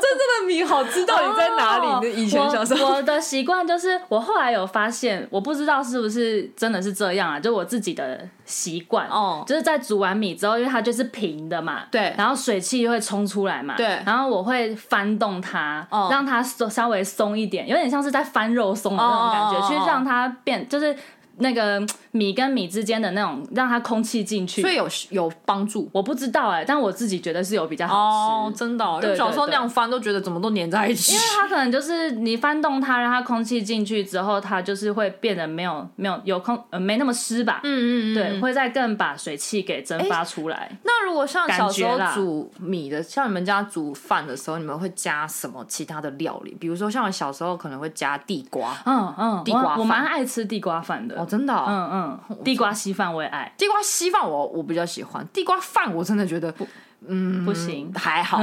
[SPEAKER 1] 真正的米好吃到底在哪里？
[SPEAKER 2] 哦
[SPEAKER 1] 你以前小时候
[SPEAKER 2] 我我的习惯就是，我后来有发现，我不知道是不是真的是这样啊，就我自己的习惯
[SPEAKER 1] 哦
[SPEAKER 2] 就是在煮完米之后，因为它就是平的嘛，
[SPEAKER 1] 对
[SPEAKER 2] 然后水汽就会冲出来嘛，
[SPEAKER 1] 对
[SPEAKER 2] 然后我会翻动它，
[SPEAKER 1] 哦
[SPEAKER 2] 让它松稍微松一点，有点像是在翻肉松的那种感觉，
[SPEAKER 1] 哦哦哦哦
[SPEAKER 2] 去让它变就是。那个米跟米之间的那种，让它空气进去，
[SPEAKER 1] 所以有有帮助
[SPEAKER 2] 我不知道哎、但我自己觉得是有比较好吃。
[SPEAKER 1] 哦，真的、哦，因
[SPEAKER 2] 对
[SPEAKER 1] 为小时候
[SPEAKER 2] 对
[SPEAKER 1] 那
[SPEAKER 2] 对
[SPEAKER 1] 样翻都觉得怎么都粘在一起，
[SPEAKER 2] 因为 它可能就是你翻动它，让它空气进去之后，它就是会变得没有没有有空呃没那么湿吧，
[SPEAKER 1] 嗯嗯嗯，
[SPEAKER 2] 对，会再更把水汽给蒸发出来。
[SPEAKER 1] 那如果像小时候
[SPEAKER 2] 感觉啦
[SPEAKER 1] 煮米的，像你们家煮饭的时候，你们会加什么其他的料理？比如说像我小时候可能会加地瓜，
[SPEAKER 2] 嗯嗯，
[SPEAKER 1] 地瓜
[SPEAKER 2] 我
[SPEAKER 1] 饭
[SPEAKER 2] 我蛮爱吃地瓜饭的
[SPEAKER 1] 哦，，真的、哦，
[SPEAKER 2] 嗯嗯，地瓜稀饭我也爱，
[SPEAKER 1] 地瓜稀饭我我比较喜欢，地瓜饭我真的觉得
[SPEAKER 2] 不 行，
[SPEAKER 1] 还 好，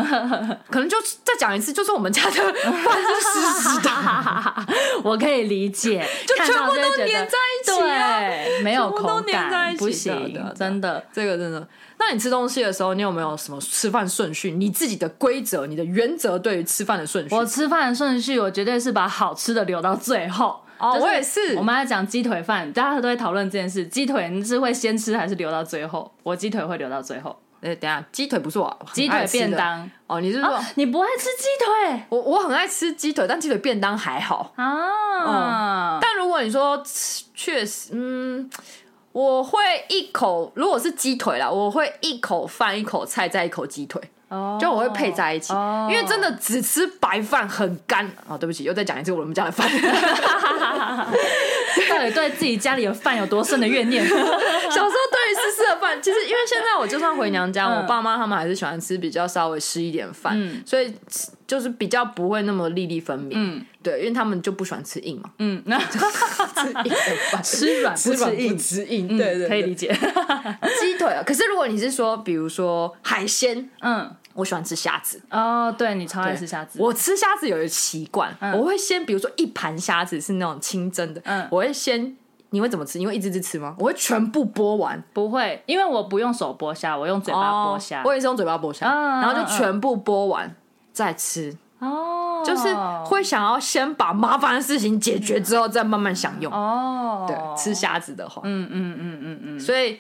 [SPEAKER 1] 可能就再讲一次，就是我们家的饭是 湿湿的，
[SPEAKER 2] 我可以理解，
[SPEAKER 1] 就
[SPEAKER 2] 看
[SPEAKER 1] 全
[SPEAKER 2] 到
[SPEAKER 1] 部
[SPEAKER 2] 会觉
[SPEAKER 1] 都
[SPEAKER 2] 得
[SPEAKER 1] 粘在一起啊。
[SPEAKER 2] 对，没有
[SPEAKER 1] 全部都
[SPEAKER 2] 口
[SPEAKER 1] 粘在一起
[SPEAKER 2] 感，不
[SPEAKER 1] 对对
[SPEAKER 2] 行
[SPEAKER 1] 对，
[SPEAKER 2] 真的。
[SPEAKER 1] 这个真的，那你吃东西的时候，你有没有什么吃饭顺序？你自己的规则，你的原则对于吃饭的顺序？
[SPEAKER 2] 我吃饭的顺序，我绝对是把好吃的留到最后。
[SPEAKER 1] 哦
[SPEAKER 2] 就
[SPEAKER 1] 我也是
[SPEAKER 2] 我们在讲鸡腿饭，大家都会讨论这件事：鸡腿你是会先吃还是留到最后？我鸡腿会留到最后，
[SPEAKER 1] 哎，等一下，鸡腿不是我很
[SPEAKER 2] 鸡
[SPEAKER 1] 爱
[SPEAKER 2] 腿
[SPEAKER 1] 吃的
[SPEAKER 2] 便当。
[SPEAKER 1] 哦，你是说、
[SPEAKER 2] 啊，你不爱吃鸡腿
[SPEAKER 1] 我我很爱吃鸡腿，但鸡腿便当还好。
[SPEAKER 2] 啊？
[SPEAKER 1] 但如果你说吃确实，嗯，我会一口，如果是鸡腿啦，我会一口饭、一口菜，再一口鸡腿，
[SPEAKER 2] 但
[SPEAKER 1] 就我会配在一起，
[SPEAKER 2] 哦
[SPEAKER 1] 因为真的只吃白饭很干。哦，对不起，又再讲一次我们家的 饭。
[SPEAKER 2] 到底对自己家里的饭有多深的怨 念？
[SPEAKER 1] 小时候对于湿湿的饭，其实因为现在我就算回娘家，我爸妈他们还是喜欢吃比较稍微湿一点的饭，
[SPEAKER 2] 嗯
[SPEAKER 1] 所以吃就是比较不会那么粒粒分明。
[SPEAKER 2] 嗯
[SPEAKER 1] 对，因为他们就不喜欢吃硬嘛，
[SPEAKER 2] 嗯，那
[SPEAKER 1] 吃硬的饭
[SPEAKER 2] 吃 软
[SPEAKER 1] 吃
[SPEAKER 2] 不
[SPEAKER 1] 软
[SPEAKER 2] 吃
[SPEAKER 1] 不
[SPEAKER 2] 硬，
[SPEAKER 1] 吃硬，
[SPEAKER 2] 嗯
[SPEAKER 1] 对对对，
[SPEAKER 2] 可以理解。
[SPEAKER 1] 鸡腿啊。可是如果你是说，比如说海鲜，
[SPEAKER 2] 嗯，
[SPEAKER 1] 我喜欢吃虾子。
[SPEAKER 2] 哦，对你超爱吃虾子，
[SPEAKER 1] 我吃虾子有一个习惯，我会先比如说一盘虾子是那种清蒸的，
[SPEAKER 2] 嗯
[SPEAKER 1] 我会先。你会怎么吃？你会一只只吃吗？我会全部剥完，
[SPEAKER 2] 不会，因为我不用手剥虾，我用嘴巴剥虾
[SPEAKER 1] 哦。我也是用嘴巴剥虾，
[SPEAKER 2] 嗯嗯
[SPEAKER 1] 然后就全部剥完再吃，
[SPEAKER 2] 哦，
[SPEAKER 1] 就是会想要先把麻烦的事情解决之后，再慢慢享用。
[SPEAKER 2] 哦，
[SPEAKER 1] 对，吃虾子的话，
[SPEAKER 2] 嗯嗯嗯嗯嗯
[SPEAKER 1] 所以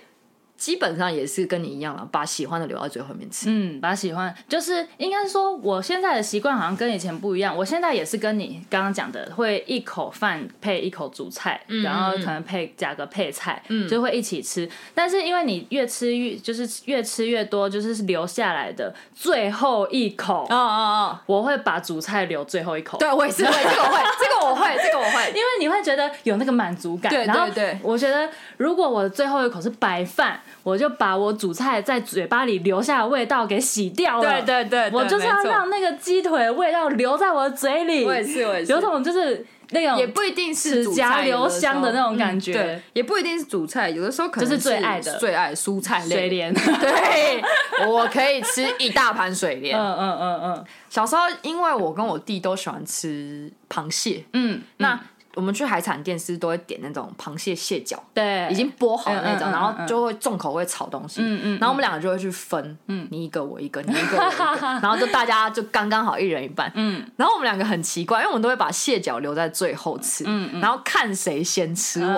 [SPEAKER 1] 基本上也是跟你一样了，把喜欢的留到最后面吃。
[SPEAKER 2] 嗯，把喜欢就是应该说，我现在的习惯好像跟以前不一样。我现在也是跟你刚刚讲的，会一口饭配一口主菜，
[SPEAKER 1] 嗯
[SPEAKER 2] 然后可能配加个配菜，就会一起吃。但是因为你越吃越就是越吃越多，就是留下来的最后一口，
[SPEAKER 1] 哦
[SPEAKER 2] 嗯
[SPEAKER 1] 哦哦，
[SPEAKER 2] 我会把主菜留最后一口。
[SPEAKER 1] 对我也是会，这个我会，这个我会，这个我 会。
[SPEAKER 2] 因为你会觉得有那个满足感。
[SPEAKER 1] 对
[SPEAKER 2] 然后
[SPEAKER 1] 对对
[SPEAKER 2] 我觉得如果我的最后一口是白饭，我就把我煮菜在嘴巴里留下的味道给洗掉
[SPEAKER 1] 对
[SPEAKER 2] 了。
[SPEAKER 1] 对对，
[SPEAKER 2] 我就是要
[SPEAKER 1] 没错
[SPEAKER 2] 让那个鸡腿的味道留在我的嘴里。
[SPEAKER 1] 我也是我也是
[SPEAKER 2] 有种就是那种
[SPEAKER 1] 也不一定是
[SPEAKER 2] 齿
[SPEAKER 1] 煮
[SPEAKER 2] 颊
[SPEAKER 1] 菜有
[SPEAKER 2] 留
[SPEAKER 1] 的时
[SPEAKER 2] 香的
[SPEAKER 1] 候嗯
[SPEAKER 2] 那种感觉
[SPEAKER 1] 对，也不一定是主菜，有的时候可能
[SPEAKER 2] 就是最爱的
[SPEAKER 1] 最爱蔬菜类
[SPEAKER 2] 水莲。
[SPEAKER 1] 对，我可以吃一大盘水莲。
[SPEAKER 2] 嗯嗯嗯嗯
[SPEAKER 1] 小时候，因为我跟我弟都喜欢吃螃蟹，
[SPEAKER 2] 嗯，
[SPEAKER 1] 那我们去海产店是都会点那种螃蟹蟹脚，
[SPEAKER 2] 对，
[SPEAKER 1] 已经剥好的那
[SPEAKER 2] 嗯嗯
[SPEAKER 1] 种，
[SPEAKER 2] 嗯
[SPEAKER 1] 然
[SPEAKER 2] 嗯
[SPEAKER 1] 后
[SPEAKER 2] 嗯
[SPEAKER 1] 就会重口味炒东西。
[SPEAKER 2] 嗯嗯
[SPEAKER 1] 然后我们两个就会去分，嗯，你一个我一个，你一个我一 个，然后就大家就刚刚好一人一半，
[SPEAKER 2] 嗯，
[SPEAKER 1] 然后我们两个很奇怪，因为我们都会把蟹脚留在最后吃，嗯然后看谁先吃完，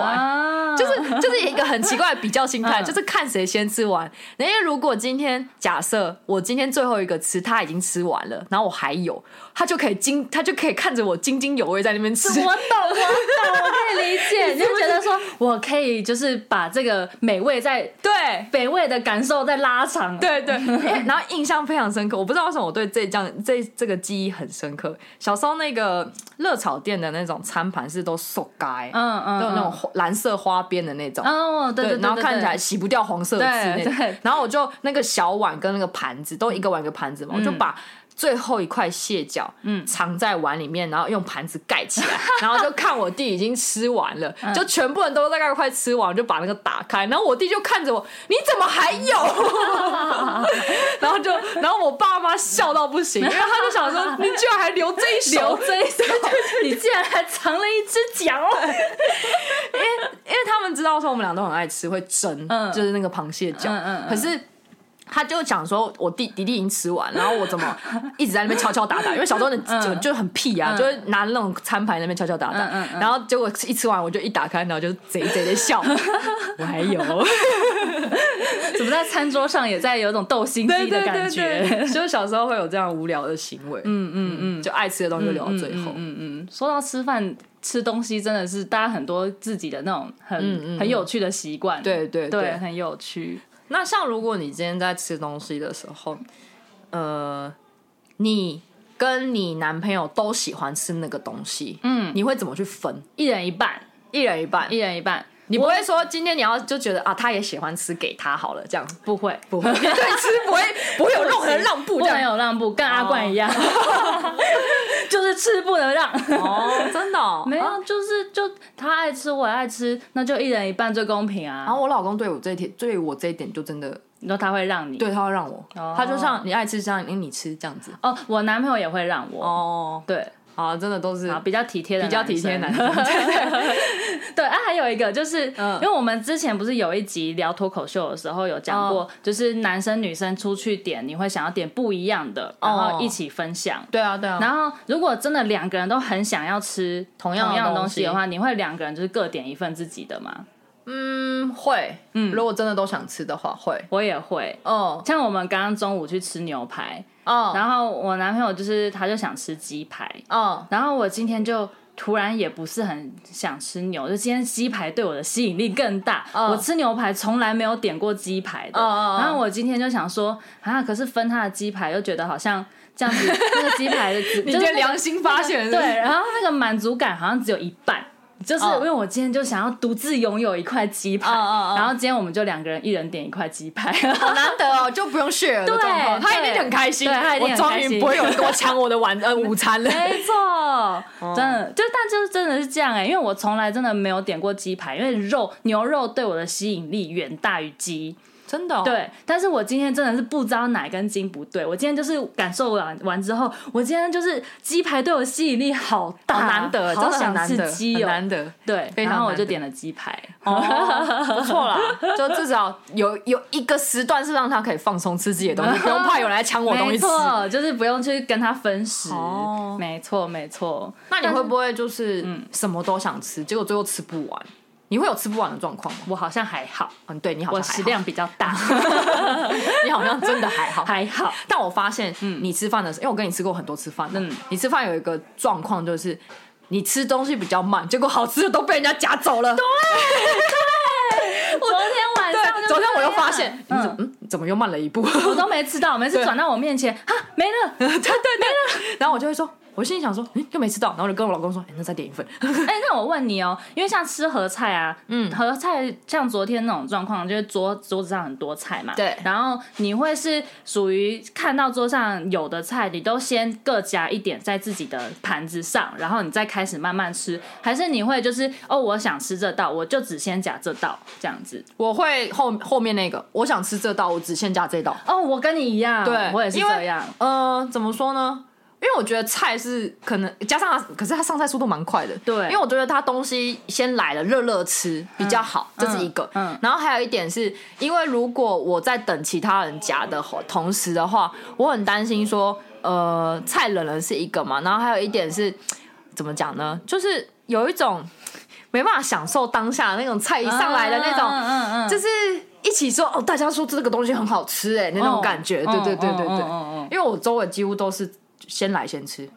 [SPEAKER 2] 啊，
[SPEAKER 1] 就是就是一个很奇怪的比较心态，
[SPEAKER 2] 嗯
[SPEAKER 1] 就是看谁先吃完。因为如果今天假设我今天最后一个吃，他已经吃完了，然后我还有，他就可以津，他就可以看着我津津有味在那边吃。
[SPEAKER 2] 我懂，我懂，我可以理 解。你就觉得说，我可以就是把这个美味在
[SPEAKER 1] 对。
[SPEAKER 2] 美味的感受再拉长。，
[SPEAKER 1] 对对，因为然后印象非常深刻，我不知道为什么我对这这样这这个记忆很深刻。小时候那个热炒店的那种餐盘是都手盖，嗯，
[SPEAKER 2] 嗯嗯，
[SPEAKER 1] 都有那种
[SPEAKER 2] 嗯，
[SPEAKER 1] 花蓝色花边的那种，
[SPEAKER 2] 哦，对对，对
[SPEAKER 1] 然后看起来
[SPEAKER 2] 对
[SPEAKER 1] 洗不掉黄色的字那
[SPEAKER 2] 对对嗯
[SPEAKER 1] 种。然后我就那个小碗跟那个盘子都一个碗一个盘子嘛，我就把最后一块蟹脚嗯藏在碗里面，然后用盘子盖起来， 然后就看我弟已经吃完了，
[SPEAKER 2] 嗯
[SPEAKER 1] 就全部人都大概快吃完，我就把那个打开，然后我弟就看着我，你怎么还有？ 然后就然后我爸妈笑到不行，因为他就想说你居然还留这一手
[SPEAKER 2] 留。这一手，你竟然还藏了一只脚，
[SPEAKER 1] 因为他们知道说我们俩都很爱吃，会蒸，
[SPEAKER 2] 嗯
[SPEAKER 1] 就是那个螃蟹脚。
[SPEAKER 2] 嗯嗯嗯
[SPEAKER 1] 可是他就讲说，我弟弟弟已经吃完，然后我怎 么一直在那边敲敲打打？因为小时候你就就很屁啊，就会拿那种餐盘在那边敲敲打打。
[SPEAKER 2] 嗯嗯嗯
[SPEAKER 1] 然后结果一吃完，我就一打开，然后就贼贼的 笑，我还有，
[SPEAKER 2] 怎么在餐桌上也在有种斗心机的感觉？
[SPEAKER 1] 就是小时候会有这样无聊的行为，嗯嗯嗯，就爱吃的东西就留到最后。
[SPEAKER 2] 哦说到吃饭吃东西，真的是大家很多自己的那种很很有趣的习惯，
[SPEAKER 1] 嗯对对
[SPEAKER 2] 对，很有趣。
[SPEAKER 1] 那像如果你今天在吃东西的时候，呃，你跟你男朋友都喜欢吃那个东西，嗯，你会怎么去分？
[SPEAKER 2] 一人一半，
[SPEAKER 1] 一人一半
[SPEAKER 2] 一，人一半，
[SPEAKER 1] 你不会说今天你要就觉得啊，他也喜欢吃，给他好了，这样
[SPEAKER 2] 不会，
[SPEAKER 1] 不会对吃 不会不会有任何的让步
[SPEAKER 2] 不
[SPEAKER 1] 这
[SPEAKER 2] 能
[SPEAKER 1] 样
[SPEAKER 2] 有让步，跟阿冠一样， 就是吃不能让。
[SPEAKER 1] 哦，真的哦、
[SPEAKER 2] 没
[SPEAKER 1] 啊。
[SPEAKER 2] 有，就是就他爱吃，我也爱吃，那就一人一半最公平
[SPEAKER 1] 然
[SPEAKER 2] 啊。
[SPEAKER 1] 后我老公对我这一点，对我这一点就真的，
[SPEAKER 2] 你说他会让你？
[SPEAKER 1] 对他会让我，
[SPEAKER 2] 哦
[SPEAKER 1] 他就像你爱吃这样，你你吃这样子。
[SPEAKER 2] 哦，我男朋友也会让我。
[SPEAKER 1] 哦，
[SPEAKER 2] 对，
[SPEAKER 1] 啊，真的都是
[SPEAKER 2] 啊，比较体贴的，
[SPEAKER 1] 比较体贴男
[SPEAKER 2] 生。
[SPEAKER 1] 生，
[SPEAKER 2] 对啊，还有一个就是，
[SPEAKER 1] 嗯
[SPEAKER 2] 因为我们之前不是有一集聊脱口秀的时候有讲
[SPEAKER 1] 哦
[SPEAKER 2] 过，就是男生女生出去点，你会想要点不一样的，然
[SPEAKER 1] 哦
[SPEAKER 2] 后一起分享。
[SPEAKER 1] 对啊对啊。
[SPEAKER 2] 然后，如果真的两个人都很想要吃
[SPEAKER 1] 同样
[SPEAKER 2] 样
[SPEAKER 1] 的
[SPEAKER 2] 的
[SPEAKER 1] 东
[SPEAKER 2] 西
[SPEAKER 1] 西
[SPEAKER 2] 的话，你会两个人就是各点一份自己的吗？
[SPEAKER 1] 嗯，会，嗯，如果真的都想吃的话，会，
[SPEAKER 2] 我也会，
[SPEAKER 1] 哦
[SPEAKER 2] 像我们刚刚中午去吃牛排，
[SPEAKER 1] 哦
[SPEAKER 2] 然后我男朋友就是他就想吃鸡排，
[SPEAKER 1] 哦，
[SPEAKER 2] 然后我今天就突然也不是很想吃牛，就今天鸡排对我的吸引力更大。
[SPEAKER 1] 嗯
[SPEAKER 2] 我吃牛排从来没有点过鸡排的，
[SPEAKER 1] 嗯嗯嗯
[SPEAKER 2] 然后我今天就想说啊，可是分他的鸡排又觉得好像这样子，那个鸡排的 只
[SPEAKER 1] 你
[SPEAKER 2] 就
[SPEAKER 1] 觉得
[SPEAKER 2] 是那个
[SPEAKER 1] 良心发现是不是
[SPEAKER 2] 对，然后那个满足感好像只有一半。就是
[SPEAKER 1] 嗯
[SPEAKER 2] 因为我今天就想要独自拥有一块鸡排，
[SPEAKER 1] 嗯嗯嗯
[SPEAKER 2] 然后今天我们就两个人一人点一块鸡 排，
[SPEAKER 1] 好难得哦，就不用 share 的
[SPEAKER 2] 对
[SPEAKER 1] 状况，他一定
[SPEAKER 2] 对
[SPEAKER 1] 很开心，
[SPEAKER 2] 对他一定
[SPEAKER 1] 我
[SPEAKER 2] 很
[SPEAKER 1] 终
[SPEAKER 2] 开
[SPEAKER 1] 于
[SPEAKER 2] 心哎
[SPEAKER 1] 不会有人跟我抢我的晚 呃午餐了。
[SPEAKER 2] 没
[SPEAKER 1] 哦
[SPEAKER 2] 错，真的就但就是真的是这样哎、因为我从来真的没有点过鸡排，因为肉牛肉对我的吸引力远大于鸡。
[SPEAKER 1] 真的、哦，
[SPEAKER 2] 对，但是我今天真的是不知道哪根筋不对，我今天就是感受完完之后，我今天就是鸡排对我吸引力好大，
[SPEAKER 1] 好难得，真
[SPEAKER 2] 啊好
[SPEAKER 1] 的很
[SPEAKER 2] 想
[SPEAKER 1] 难
[SPEAKER 2] 吃
[SPEAKER 1] 得，
[SPEAKER 2] 鸡
[SPEAKER 1] 很
[SPEAKER 2] 哦、
[SPEAKER 1] 难得。
[SPEAKER 2] 对，
[SPEAKER 1] 非常
[SPEAKER 2] 然后我
[SPEAKER 1] 难
[SPEAKER 2] 就
[SPEAKER 1] 得
[SPEAKER 2] 点了鸡排。
[SPEAKER 1] 哦， 不错啦，就至少有有一个时段是让他可以放松吃自己的 东西，不用怕有人来抢我东
[SPEAKER 2] 没
[SPEAKER 1] 西吃。
[SPEAKER 2] 错，就是不用去跟他分食。
[SPEAKER 1] 哦
[SPEAKER 2] 没错，没错。
[SPEAKER 1] 那你会不会就是
[SPEAKER 2] 嗯
[SPEAKER 1] 什么都想吃，结果最后吃不完？你会有吃不完的状况吗？
[SPEAKER 2] 我好像还好，
[SPEAKER 1] 嗯，对你好
[SPEAKER 2] 我
[SPEAKER 1] 像还好
[SPEAKER 2] 食，量比较大，
[SPEAKER 1] 你好像真的还好，
[SPEAKER 2] 还好。
[SPEAKER 1] 但我发现，你吃饭的时候，因为我跟你吃过很多次饭，嗯
[SPEAKER 2] 嗯，
[SPEAKER 1] 你吃饭有一个状况就是，你吃东西比较慢，结果好吃的都被人家夹走了。
[SPEAKER 2] 我 昨天晚
[SPEAKER 1] 对
[SPEAKER 2] 上就，
[SPEAKER 1] 昨天我又
[SPEAKER 2] 这样
[SPEAKER 1] 发现，你怎么
[SPEAKER 2] 嗯，
[SPEAKER 1] 嗯怎么又慢了一步？
[SPEAKER 2] 啊我都没吃到，每次转到我面前，哈，没了，
[SPEAKER 1] 对对对，然后我就会说，我心里想说，嗯，又没吃到，然后就跟我老公说，哎，那再点一份。
[SPEAKER 2] 哎、那我问你哦，因为像吃合菜啊，嗯，合菜像昨天那种状况，就是桌桌子上很多菜嘛，
[SPEAKER 1] 对
[SPEAKER 2] 然后你会是属于看到桌上有的菜，你都先各夹一点在自己的盘子上，然后你再开始慢慢吃，还是你会就是哦，我想吃这道，我就只先夹这道这样子？
[SPEAKER 1] 我会后后面那个，我想吃这道，我只先加这道。
[SPEAKER 2] 哦，我跟你一样，
[SPEAKER 1] 对，
[SPEAKER 2] 我也是
[SPEAKER 1] 因为
[SPEAKER 2] 这样。。
[SPEAKER 1] 呃，怎么说呢？因为我觉得菜是可能加上它，可是它上菜速度蛮快的。
[SPEAKER 2] 对
[SPEAKER 1] 因为我觉得它东西先来了，热热吃比较好，这是一个。
[SPEAKER 2] 嗯嗯
[SPEAKER 1] 然后还有一点是，因为如果我在等其他人夹的同时的话，我很担心说，呃，菜冷了是一个嘛，然后还有一点是，怎么讲呢？就是有一种没办法享受当下那种菜一上来的那种，
[SPEAKER 2] 嗯嗯嗯嗯
[SPEAKER 1] 就是一起说哦，大家说这个东西很好吃哎、那种感觉，
[SPEAKER 2] 哦
[SPEAKER 1] 对对对对
[SPEAKER 2] 哦
[SPEAKER 1] 对，
[SPEAKER 2] 哦哦哦
[SPEAKER 1] 因为我周围几乎都是先来先吃，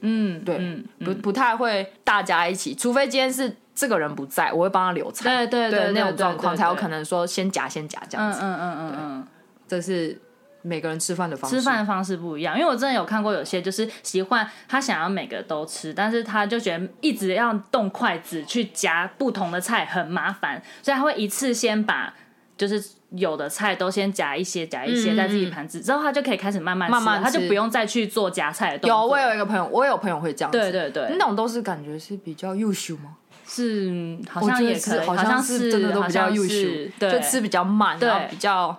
[SPEAKER 2] 嗯，
[SPEAKER 1] 对，
[SPEAKER 2] 嗯，
[SPEAKER 1] 不不太会大家一起，除非今天是这个人不在，我会帮他留菜，
[SPEAKER 2] 对对对，
[SPEAKER 1] 那种状况
[SPEAKER 2] 对
[SPEAKER 1] 才有可。
[SPEAKER 2] 对对
[SPEAKER 1] 能说先夹先夹这样
[SPEAKER 2] 嗯
[SPEAKER 1] 子，
[SPEAKER 2] 嗯嗯嗯嗯。
[SPEAKER 1] 这是每个人吃饭的方式。
[SPEAKER 2] 吃饭的方式不一样，因为我真的有看过有些就是习惯他想要每个都吃，但是他就觉得一直要动筷子去夹不同的菜很麻烦，所以他会一次先把就是有的菜都先夹一些夹一些
[SPEAKER 1] 嗯嗯
[SPEAKER 2] 在自己盘子，之后他就可以开始慢慢吃了，
[SPEAKER 1] 慢慢
[SPEAKER 2] 他就
[SPEAKER 1] 吃
[SPEAKER 2] 不用再去做夹菜的动
[SPEAKER 1] 有
[SPEAKER 2] 作。
[SPEAKER 1] 我有一个朋友，我有朋友会这样子，
[SPEAKER 2] 对对对，
[SPEAKER 1] 那种都是感觉是比较优秀吗？
[SPEAKER 2] 是好
[SPEAKER 1] 我
[SPEAKER 2] 像
[SPEAKER 1] 觉得
[SPEAKER 2] 也可
[SPEAKER 1] 是
[SPEAKER 2] 以，
[SPEAKER 1] 好
[SPEAKER 2] 像
[SPEAKER 1] 是真的都比较
[SPEAKER 2] 好像
[SPEAKER 1] 优秀
[SPEAKER 2] 是，对，
[SPEAKER 1] 就吃比较慢，
[SPEAKER 2] 对
[SPEAKER 1] 然后比较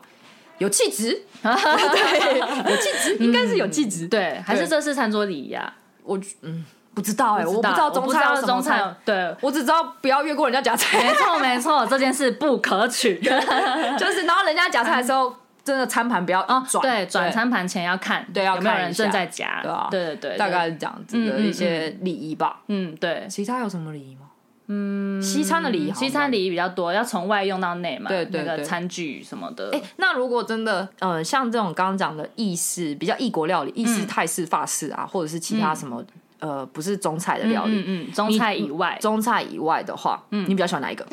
[SPEAKER 1] 有气 质，对，有气质，应该是有气质。
[SPEAKER 2] 嗯对，还是
[SPEAKER 1] 对
[SPEAKER 2] 这是餐桌礼仪啊？
[SPEAKER 1] 我嗯不知道哎，我
[SPEAKER 2] 不
[SPEAKER 1] 不知道中
[SPEAKER 2] 中
[SPEAKER 1] 餐有什么
[SPEAKER 2] 中餐，有对。
[SPEAKER 1] 我只知道不要越过人家夹
[SPEAKER 2] 没
[SPEAKER 1] 菜，
[SPEAKER 2] 错，没错，这件事不 可取。
[SPEAKER 1] 就是然后人家夹菜的时候，真的餐盘不要
[SPEAKER 2] 哦，
[SPEAKER 1] 转，
[SPEAKER 2] 对，转，餐盘前要看，
[SPEAKER 1] 对要
[SPEAKER 2] 有没有
[SPEAKER 1] 看一
[SPEAKER 2] 人正
[SPEAKER 1] 下
[SPEAKER 2] 在夹，
[SPEAKER 1] 对啊
[SPEAKER 2] 对对对，
[SPEAKER 1] 大
[SPEAKER 2] 对
[SPEAKER 1] 概是这样子
[SPEAKER 2] 嗯
[SPEAKER 1] 的
[SPEAKER 2] 嗯
[SPEAKER 1] 一些礼仪吧。
[SPEAKER 2] 嗯对。
[SPEAKER 1] 其他有什么礼仪吗？嗯，西餐的礼仪，
[SPEAKER 2] 西餐。礼仪比较多，要从外用到内嘛，
[SPEAKER 1] 对对
[SPEAKER 2] 那个
[SPEAKER 1] 对
[SPEAKER 2] 餐具什么的，
[SPEAKER 1] 哎、那如果真的，呃，像这种刚刚讲的意式比较异国料理，意式、泰式、法式啊，或者是其他什么，呃，不是中菜的料理，
[SPEAKER 2] 嗯嗯，中菜以外，
[SPEAKER 1] 中菜以外的话，嗯，你比较喜欢哪一个？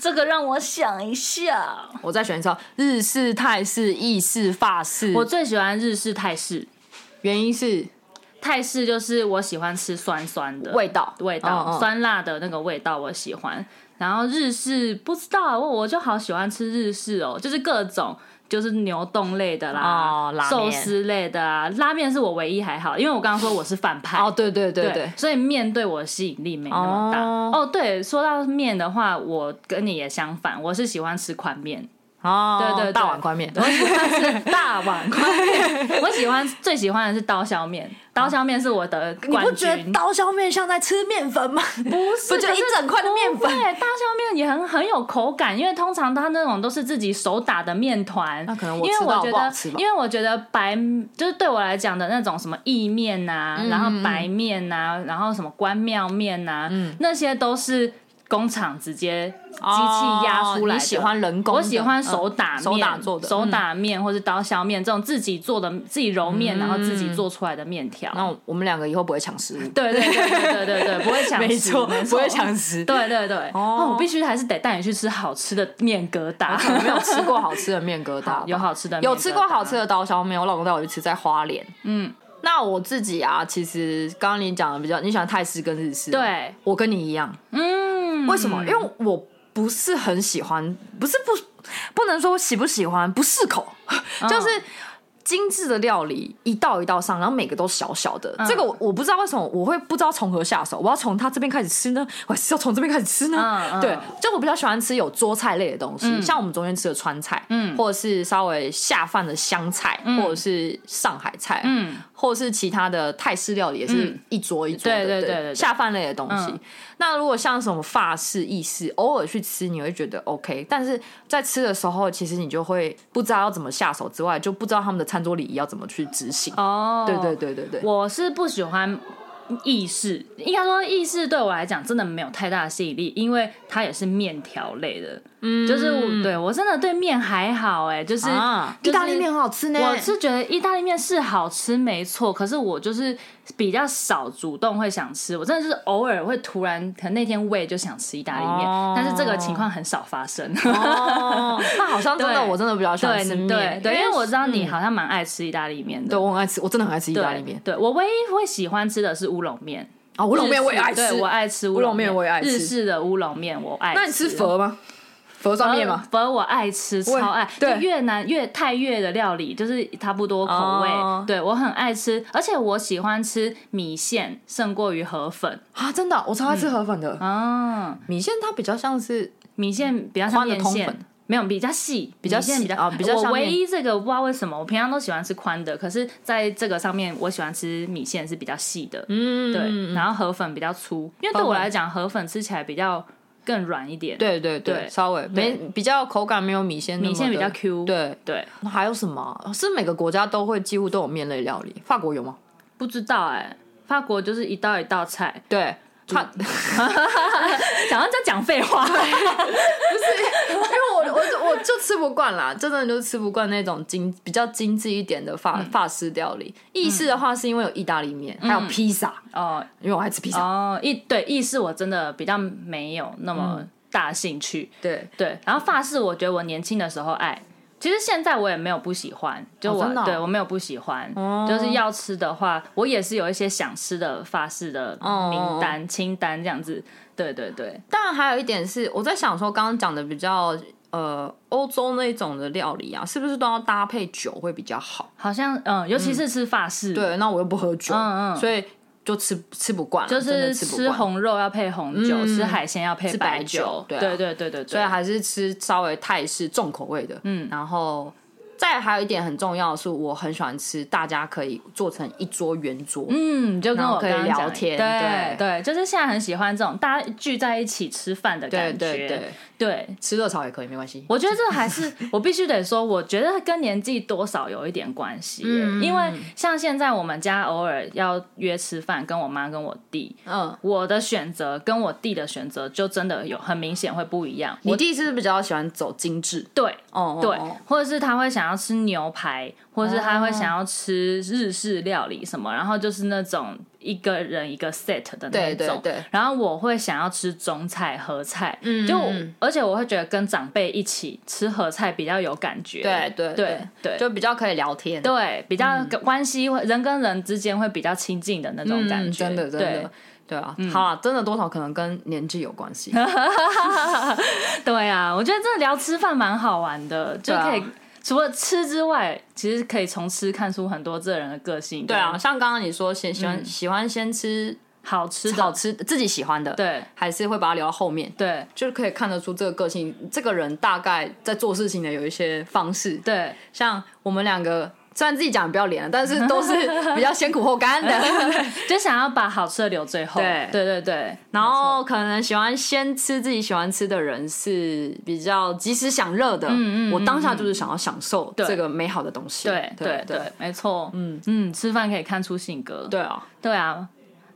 [SPEAKER 2] 这个让我想一下，
[SPEAKER 1] 我再选一次，日式、泰式、意式、法式。
[SPEAKER 2] 我最喜欢日式泰式，
[SPEAKER 1] 原因是
[SPEAKER 2] 泰式就是我喜欢吃酸酸的
[SPEAKER 1] 味道，
[SPEAKER 2] 味道，
[SPEAKER 1] 嗯嗯
[SPEAKER 2] 酸辣的那个味道我喜欢。然后日式不知道啊，我我就好喜欢吃日式哦，就是各种就是牛冻类的啦
[SPEAKER 1] 哦，拉面
[SPEAKER 2] 寿司类的啊，拉面是我唯一还好，因为我刚刚说我是反派。
[SPEAKER 1] 哦，对对对对，
[SPEAKER 2] 所以面对我的吸引力没那么大。
[SPEAKER 1] 哦
[SPEAKER 2] 哦，对，说到面的话，我跟你也相反，我是喜欢吃宽面，
[SPEAKER 1] 哦，
[SPEAKER 2] 对对对
[SPEAKER 1] 大碗宽面，
[SPEAKER 2] 我喜欢吃大碗 宽面，我喜欢最喜欢的是刀削面，刀削面是我的
[SPEAKER 1] 你
[SPEAKER 2] 冠
[SPEAKER 1] 不觉
[SPEAKER 2] 军。
[SPEAKER 1] 得刀削面像在吃面粉吗？不 是，不就
[SPEAKER 2] 可
[SPEAKER 1] 一
[SPEAKER 2] 是
[SPEAKER 1] 整块的面
[SPEAKER 2] 对，
[SPEAKER 1] 粉？
[SPEAKER 2] 大酱面也很很有口感，因为通常它那种都是自己手打的面团。
[SPEAKER 1] 那可能
[SPEAKER 2] 因
[SPEAKER 1] 我
[SPEAKER 2] 为
[SPEAKER 1] 吃
[SPEAKER 2] 我
[SPEAKER 1] 到
[SPEAKER 2] 觉
[SPEAKER 1] 不好
[SPEAKER 2] 得
[SPEAKER 1] 吃，吧
[SPEAKER 2] 因为我觉得白就是对我来讲的那种什么意面呐、
[SPEAKER 1] 嗯
[SPEAKER 2] 然后白面呐、然后什么关庙面呐、
[SPEAKER 1] 嗯
[SPEAKER 2] 那些都是工厂直接机器压出
[SPEAKER 1] 哦
[SPEAKER 2] 来的。
[SPEAKER 1] 你喜欢人工的？
[SPEAKER 2] 我喜欢手打
[SPEAKER 1] 嗯
[SPEAKER 2] 面、
[SPEAKER 1] 手打做的
[SPEAKER 2] 手打面或是刀削面这种自己做的、自己揉面，然后自己做出来的面条。
[SPEAKER 1] 嗯。那我们两个以后不会抢食物，
[SPEAKER 2] 对对对对对对对，不会抢食，
[SPEAKER 1] 没错，不会抢食。
[SPEAKER 2] 对对对，
[SPEAKER 1] 哦
[SPEAKER 2] 哦，我必须还是得带你去吃好吃的面疙瘩。
[SPEAKER 1] 我没有吃过好吃的面疙瘩吧
[SPEAKER 2] ，有好吃的面疙 瘩
[SPEAKER 1] 有吃过好吃的刀削面，我老公带我去吃在花莲。嗯，那我自己啊，其实刚刚你讲的比较，你喜欢泰式跟日式，，
[SPEAKER 2] 对，
[SPEAKER 1] 我跟你一样。
[SPEAKER 2] 嗯，
[SPEAKER 1] 为什么？因为我不是很喜欢，不是不不能说喜不喜欢，不适口，
[SPEAKER 2] 嗯
[SPEAKER 1] 就是。精致的料理一道一道上，然后每个都小小的，
[SPEAKER 2] 嗯
[SPEAKER 1] 这个我我不知道为什么我会不知道从何下手，我要从他这边开始吃呢，我还是要从这边开始吃呢？
[SPEAKER 2] 嗯嗯
[SPEAKER 1] 对，就我比较喜欢吃有桌菜类的东西，像我们中间吃的川菜，嗯，或者是稍微下饭的湘菜，或者是上海菜，
[SPEAKER 2] 嗯，
[SPEAKER 1] 或者是其他的泰式料理，也是一桌一桌的，
[SPEAKER 2] 对对对对对
[SPEAKER 1] 下饭类的东西。
[SPEAKER 2] 嗯
[SPEAKER 1] 那如果像什么法式、意式，偶尔去吃你会觉得 OK，但是在吃的时候，其实你就会不知道要怎么下手，之外就不知道他们的餐桌礼仪要怎么去执行。
[SPEAKER 2] 哦，
[SPEAKER 1] 对对，对对对，
[SPEAKER 2] 我是不喜欢。意式应该说意式对我来讲真的没有太大的吸引力，因为它也是面条类的，嗯，就是我对我真的对面还好哎、就是、
[SPEAKER 1] 啊
[SPEAKER 2] 就是
[SPEAKER 3] 意大利面很好吃呢。
[SPEAKER 2] 我是觉得意大利面是好吃，没错。可是我就是比较少主动会想吃，我真的就是偶尔会突然，可能那天胃就想吃意大利面，
[SPEAKER 1] 哦
[SPEAKER 2] 但是这个情况很少发生。
[SPEAKER 1] 哦，那好像真的，
[SPEAKER 2] 对
[SPEAKER 1] 我真的比较喜欢
[SPEAKER 2] 对
[SPEAKER 1] 吃
[SPEAKER 2] 对
[SPEAKER 1] 面，
[SPEAKER 2] 对对，因为我知道你
[SPEAKER 1] 嗯
[SPEAKER 2] 好像蛮爱吃意大利面的。
[SPEAKER 1] 对我很爱吃，我真的很爱吃意
[SPEAKER 2] 对
[SPEAKER 1] 大利面
[SPEAKER 2] 对我唯一会喜欢吃的是乌龙面，
[SPEAKER 1] 啊，乌龙面我也爱
[SPEAKER 2] 日式
[SPEAKER 1] 吃
[SPEAKER 2] 对。我爱吃乌
[SPEAKER 1] 乌龙
[SPEAKER 2] 面，
[SPEAKER 1] 面我也爱吃
[SPEAKER 2] 日式的乌龙面我爱。
[SPEAKER 1] 那你吃
[SPEAKER 2] 粉
[SPEAKER 1] 佛吗？佛
[SPEAKER 2] 粉
[SPEAKER 1] 酸面吗？
[SPEAKER 2] 粉呃我爱吃，
[SPEAKER 1] 我也
[SPEAKER 2] 超爱。
[SPEAKER 1] 对
[SPEAKER 2] 就越南越泰越的料理就是差不多口味，
[SPEAKER 1] 哦
[SPEAKER 2] 对我很爱吃，而且我喜欢吃米线胜过于河粉
[SPEAKER 1] 啊，真的，我超爱吃河粉的。
[SPEAKER 2] 啊，
[SPEAKER 1] 米线它比较像是
[SPEAKER 2] 米线比较像
[SPEAKER 1] 宽的
[SPEAKER 2] 面
[SPEAKER 1] 通
[SPEAKER 2] 线
[SPEAKER 1] 粉。
[SPEAKER 2] 没有，比较细，比
[SPEAKER 1] 较
[SPEAKER 2] 米线
[SPEAKER 1] 细
[SPEAKER 2] 比较
[SPEAKER 1] 哦比较像
[SPEAKER 2] 我唯
[SPEAKER 1] 面
[SPEAKER 2] 一这个我不知道为什么，我平常都喜欢吃宽的，可是在这个上面，我喜欢吃米线是比较细的，
[SPEAKER 1] 嗯，
[SPEAKER 2] 对，然后河粉比较粗，因为对
[SPEAKER 1] 河
[SPEAKER 2] 我
[SPEAKER 1] 粉
[SPEAKER 2] 来讲，河粉吃起来比较更软一点，
[SPEAKER 1] 对对对，
[SPEAKER 2] 对
[SPEAKER 1] 稍微没比较口感没有米线那么的，
[SPEAKER 2] 米线比较 Q
[SPEAKER 1] 对，
[SPEAKER 2] 对，
[SPEAKER 1] 那还有什么啊？是每个国家都会几乎都有面类料理，法国有吗？
[SPEAKER 2] 不知道哎、法国就是一道一道菜，
[SPEAKER 1] 对， 它
[SPEAKER 2] 想要在讲废话，
[SPEAKER 1] 因为我我我就吃不惯啦，真的就是吃不惯那种精比较精致一点的法、法式料理。意式的话是因为有意大利面，还有披萨，
[SPEAKER 2] 哦
[SPEAKER 1] 因为我爱吃披萨。
[SPEAKER 2] 哦，意对意式我真的比较没有那
[SPEAKER 1] 嗯
[SPEAKER 2] 么大兴趣，
[SPEAKER 1] 对，
[SPEAKER 2] 对，然后法式我觉得我年轻的时候爱。其实现在我也没有不喜欢，就
[SPEAKER 1] 哦
[SPEAKER 2] 我、
[SPEAKER 1] 真的哦哦
[SPEAKER 2] 对我没有不喜欢，就是要吃的话，我也是有一些想吃的法式的
[SPEAKER 1] 哦
[SPEAKER 2] 名单、清单这样子。对对对，
[SPEAKER 1] 当然还有一点是我在想说，刚刚讲的比较呃欧洲那种的料理啊，是不是都要搭配酒会比较好？
[SPEAKER 2] 好像嗯，尤其是吃法式，
[SPEAKER 1] 对，那我又不喝酒，
[SPEAKER 2] 嗯嗯
[SPEAKER 1] 所以就吃吃不惯啊，
[SPEAKER 2] 就
[SPEAKER 1] 真
[SPEAKER 2] 是
[SPEAKER 1] 的吃不
[SPEAKER 2] 吃
[SPEAKER 1] 惯。
[SPEAKER 2] 红肉要配红酒，
[SPEAKER 1] 嗯
[SPEAKER 2] 吃海鲜要配
[SPEAKER 1] 吃白
[SPEAKER 2] 酒，
[SPEAKER 1] 酒对啊
[SPEAKER 2] 对对对对
[SPEAKER 1] 所以
[SPEAKER 2] 对，
[SPEAKER 1] 还是吃稍微泰式重口味的。
[SPEAKER 2] 嗯
[SPEAKER 1] 然后再还有一点很重要的是，我很喜欢吃，大家可以做成一桌圆桌。
[SPEAKER 2] 嗯，就跟
[SPEAKER 1] 然后
[SPEAKER 2] 我
[SPEAKER 1] 可以
[SPEAKER 2] 刚刚
[SPEAKER 1] 聊
[SPEAKER 2] 讲的
[SPEAKER 1] 天
[SPEAKER 2] 对对，就是现在很喜欢这种大家聚在一起吃饭的
[SPEAKER 1] 对
[SPEAKER 2] 感觉，
[SPEAKER 1] 对嗯对，
[SPEAKER 2] 对
[SPEAKER 1] 吃热炒也可以，没关系。
[SPEAKER 2] 我觉得这还是我必须得说，我觉得跟年纪多少有一点关系耶、
[SPEAKER 1] 嗯
[SPEAKER 2] 因为像现在我们家偶尔要约吃饭，跟我妈跟我弟，
[SPEAKER 1] 嗯，
[SPEAKER 2] 我的选择跟我弟的选择就真的有很明显会不一样。
[SPEAKER 1] 你
[SPEAKER 2] 我
[SPEAKER 1] 弟是不是比较喜欢走精致？
[SPEAKER 2] 对
[SPEAKER 1] 哦，
[SPEAKER 2] 对
[SPEAKER 1] 哦，
[SPEAKER 2] 或者是他会想要吃牛排，或者是他会想要吃日式料理什么，然后就是那种一个人一个 set 的那
[SPEAKER 1] 对
[SPEAKER 2] 种。
[SPEAKER 1] 对对
[SPEAKER 2] 然后我会想要吃中菜、和菜，
[SPEAKER 1] 嗯
[SPEAKER 2] 就
[SPEAKER 1] 嗯
[SPEAKER 2] 而且我会觉得跟长辈一起吃和菜比较有感觉。
[SPEAKER 1] 对对
[SPEAKER 2] 对对
[SPEAKER 1] 就比较可以聊天。
[SPEAKER 2] 对，比较关系会、人跟人之间会比较亲近的那种
[SPEAKER 1] 嗯，
[SPEAKER 2] 感觉。
[SPEAKER 1] 真的真
[SPEAKER 2] 对
[SPEAKER 1] 的。对啊，好啊，真的多少可能跟年纪有关 系。
[SPEAKER 2] 对啊，我觉得这聊吃饭蛮好玩的，就
[SPEAKER 1] 对啊
[SPEAKER 2] 可以、除了吃之外，其实可以从吃看出很多这人的个性。
[SPEAKER 1] 对啊，，像刚刚你说，先喜欢喜欢先吃
[SPEAKER 2] 好吃的，
[SPEAKER 1] 好嗯吃自己喜欢的，，
[SPEAKER 2] 对
[SPEAKER 1] 还是会把它留到后面。
[SPEAKER 2] 对
[SPEAKER 1] 就是可以看得出这个个性，这个人大概在做事情的有一些方式。
[SPEAKER 2] 对，
[SPEAKER 1] 像我们两个，虽然自己讲不要脸了，但是都是比较先苦后甘 的。
[SPEAKER 2] 就想要把好吃的留最后。
[SPEAKER 1] 对
[SPEAKER 2] 对对对，
[SPEAKER 1] 然后可能喜欢先吃自己喜欢吃的人是比较及时享乐的。嗯嗯我当下就是想要享受这个美好的东西。
[SPEAKER 2] 对对
[SPEAKER 1] 对
[SPEAKER 2] 对，没错。嗯嗯，吃饭可以看出性格。
[SPEAKER 1] 对啊！
[SPEAKER 2] 对啊，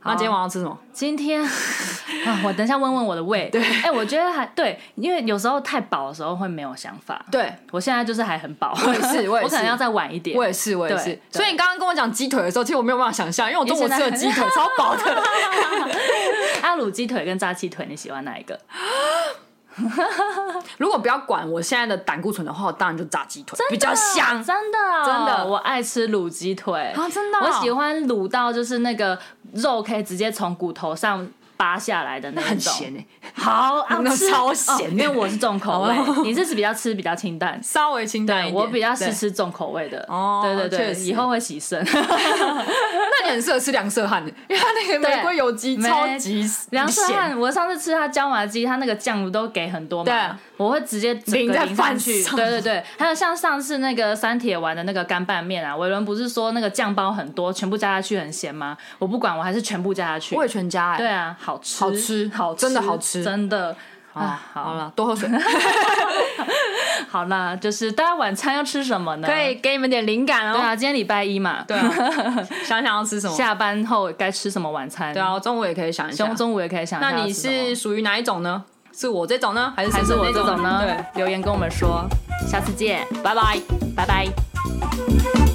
[SPEAKER 1] 那今天晚上吃什么？
[SPEAKER 2] 今 天啊，我等一下问问我的胃。对，哎、我觉得还对，因为有时候太饱的时候会没有想法。
[SPEAKER 1] 对。
[SPEAKER 2] 我现在就是还很饱，
[SPEAKER 1] 我也是我也是
[SPEAKER 2] 我可能要再晚一点。
[SPEAKER 1] 我也是，我也
[SPEAKER 2] 对
[SPEAKER 1] 是
[SPEAKER 2] 对。
[SPEAKER 1] 所以你刚刚跟我讲鸡腿的时候，其实我没有办法想象，因为我中午
[SPEAKER 2] 因为
[SPEAKER 1] 吃
[SPEAKER 2] 现在
[SPEAKER 1] 了鸡腿，超饱 的。
[SPEAKER 2] 阿鲁啊鸡腿跟炸鸡腿，你喜欢哪一个？
[SPEAKER 1] 如果不要管我现在的胆固醇的话，我当然就炸鸡腿，比较香。
[SPEAKER 2] 真的哦、
[SPEAKER 1] 真的
[SPEAKER 2] 我爱吃卤鸡腿
[SPEAKER 1] 啊真的哦
[SPEAKER 2] 我喜欢卤到就是那个肉可以直接从骨头上扒下来的那一种，
[SPEAKER 1] 很咸哎、
[SPEAKER 2] 好啊
[SPEAKER 1] 那
[SPEAKER 2] 吃
[SPEAKER 1] 超
[SPEAKER 2] 哦
[SPEAKER 1] 咸
[SPEAKER 2] 因为我是重口 味，
[SPEAKER 1] 哦
[SPEAKER 2] 你这是比较吃比较清淡。
[SPEAKER 1] 稍微清淡一点。
[SPEAKER 2] 我比较是
[SPEAKER 1] 对，
[SPEAKER 2] 吃重口味的，
[SPEAKER 1] 哦
[SPEAKER 2] 对对
[SPEAKER 1] 确
[SPEAKER 2] 对，
[SPEAKER 1] 实
[SPEAKER 2] 以后会洗 身。
[SPEAKER 1] 那你很适合吃凉色汗，因为它那个
[SPEAKER 2] 对
[SPEAKER 1] 玫瑰油鸡
[SPEAKER 2] 没
[SPEAKER 1] 超级
[SPEAKER 2] 梁色
[SPEAKER 1] 咸
[SPEAKER 2] 汉，我上次吃他椒麻鸡，他那个酱都给很多
[SPEAKER 1] 对
[SPEAKER 2] 嘛，我会直接整
[SPEAKER 1] 淋
[SPEAKER 2] 个
[SPEAKER 1] 在
[SPEAKER 2] 啊淋上
[SPEAKER 1] 饭
[SPEAKER 2] 去。
[SPEAKER 1] 上
[SPEAKER 2] 对对对，还有像上次那个三铁丸的那个干拌面啊，伟伦不是说那个酱包很多，全部加下去很咸吗？我不管，我还是全部加下去
[SPEAKER 1] 我。也全家哎、
[SPEAKER 2] 对啊，好吃，
[SPEAKER 1] 好吃
[SPEAKER 2] 好
[SPEAKER 1] 真的好吃
[SPEAKER 2] 真的。啊，
[SPEAKER 1] 好
[SPEAKER 2] 好
[SPEAKER 1] 了，多喝水，
[SPEAKER 2] 好啦，就是大家晚餐要吃什么呢？
[SPEAKER 1] 可以，给你们点灵感
[SPEAKER 2] 对
[SPEAKER 1] 哦。
[SPEAKER 2] 啊，今天礼拜一嘛，
[SPEAKER 1] 对啊， 想想要吃什么？
[SPEAKER 2] 下班后该吃什么晚餐？
[SPEAKER 1] 对啊，，我中午也可以想一下
[SPEAKER 2] 中。中午也可以想一下
[SPEAKER 1] 那
[SPEAKER 2] 要
[SPEAKER 1] 你
[SPEAKER 2] 吃什么。
[SPEAKER 1] 是属于哪一种呢？是我这种呢，还是
[SPEAKER 2] 还是
[SPEAKER 1] 先生
[SPEAKER 2] 我这种呢
[SPEAKER 1] 对，？
[SPEAKER 2] 留言跟我们说，下次见，
[SPEAKER 1] 拜拜。
[SPEAKER 2] 拜拜。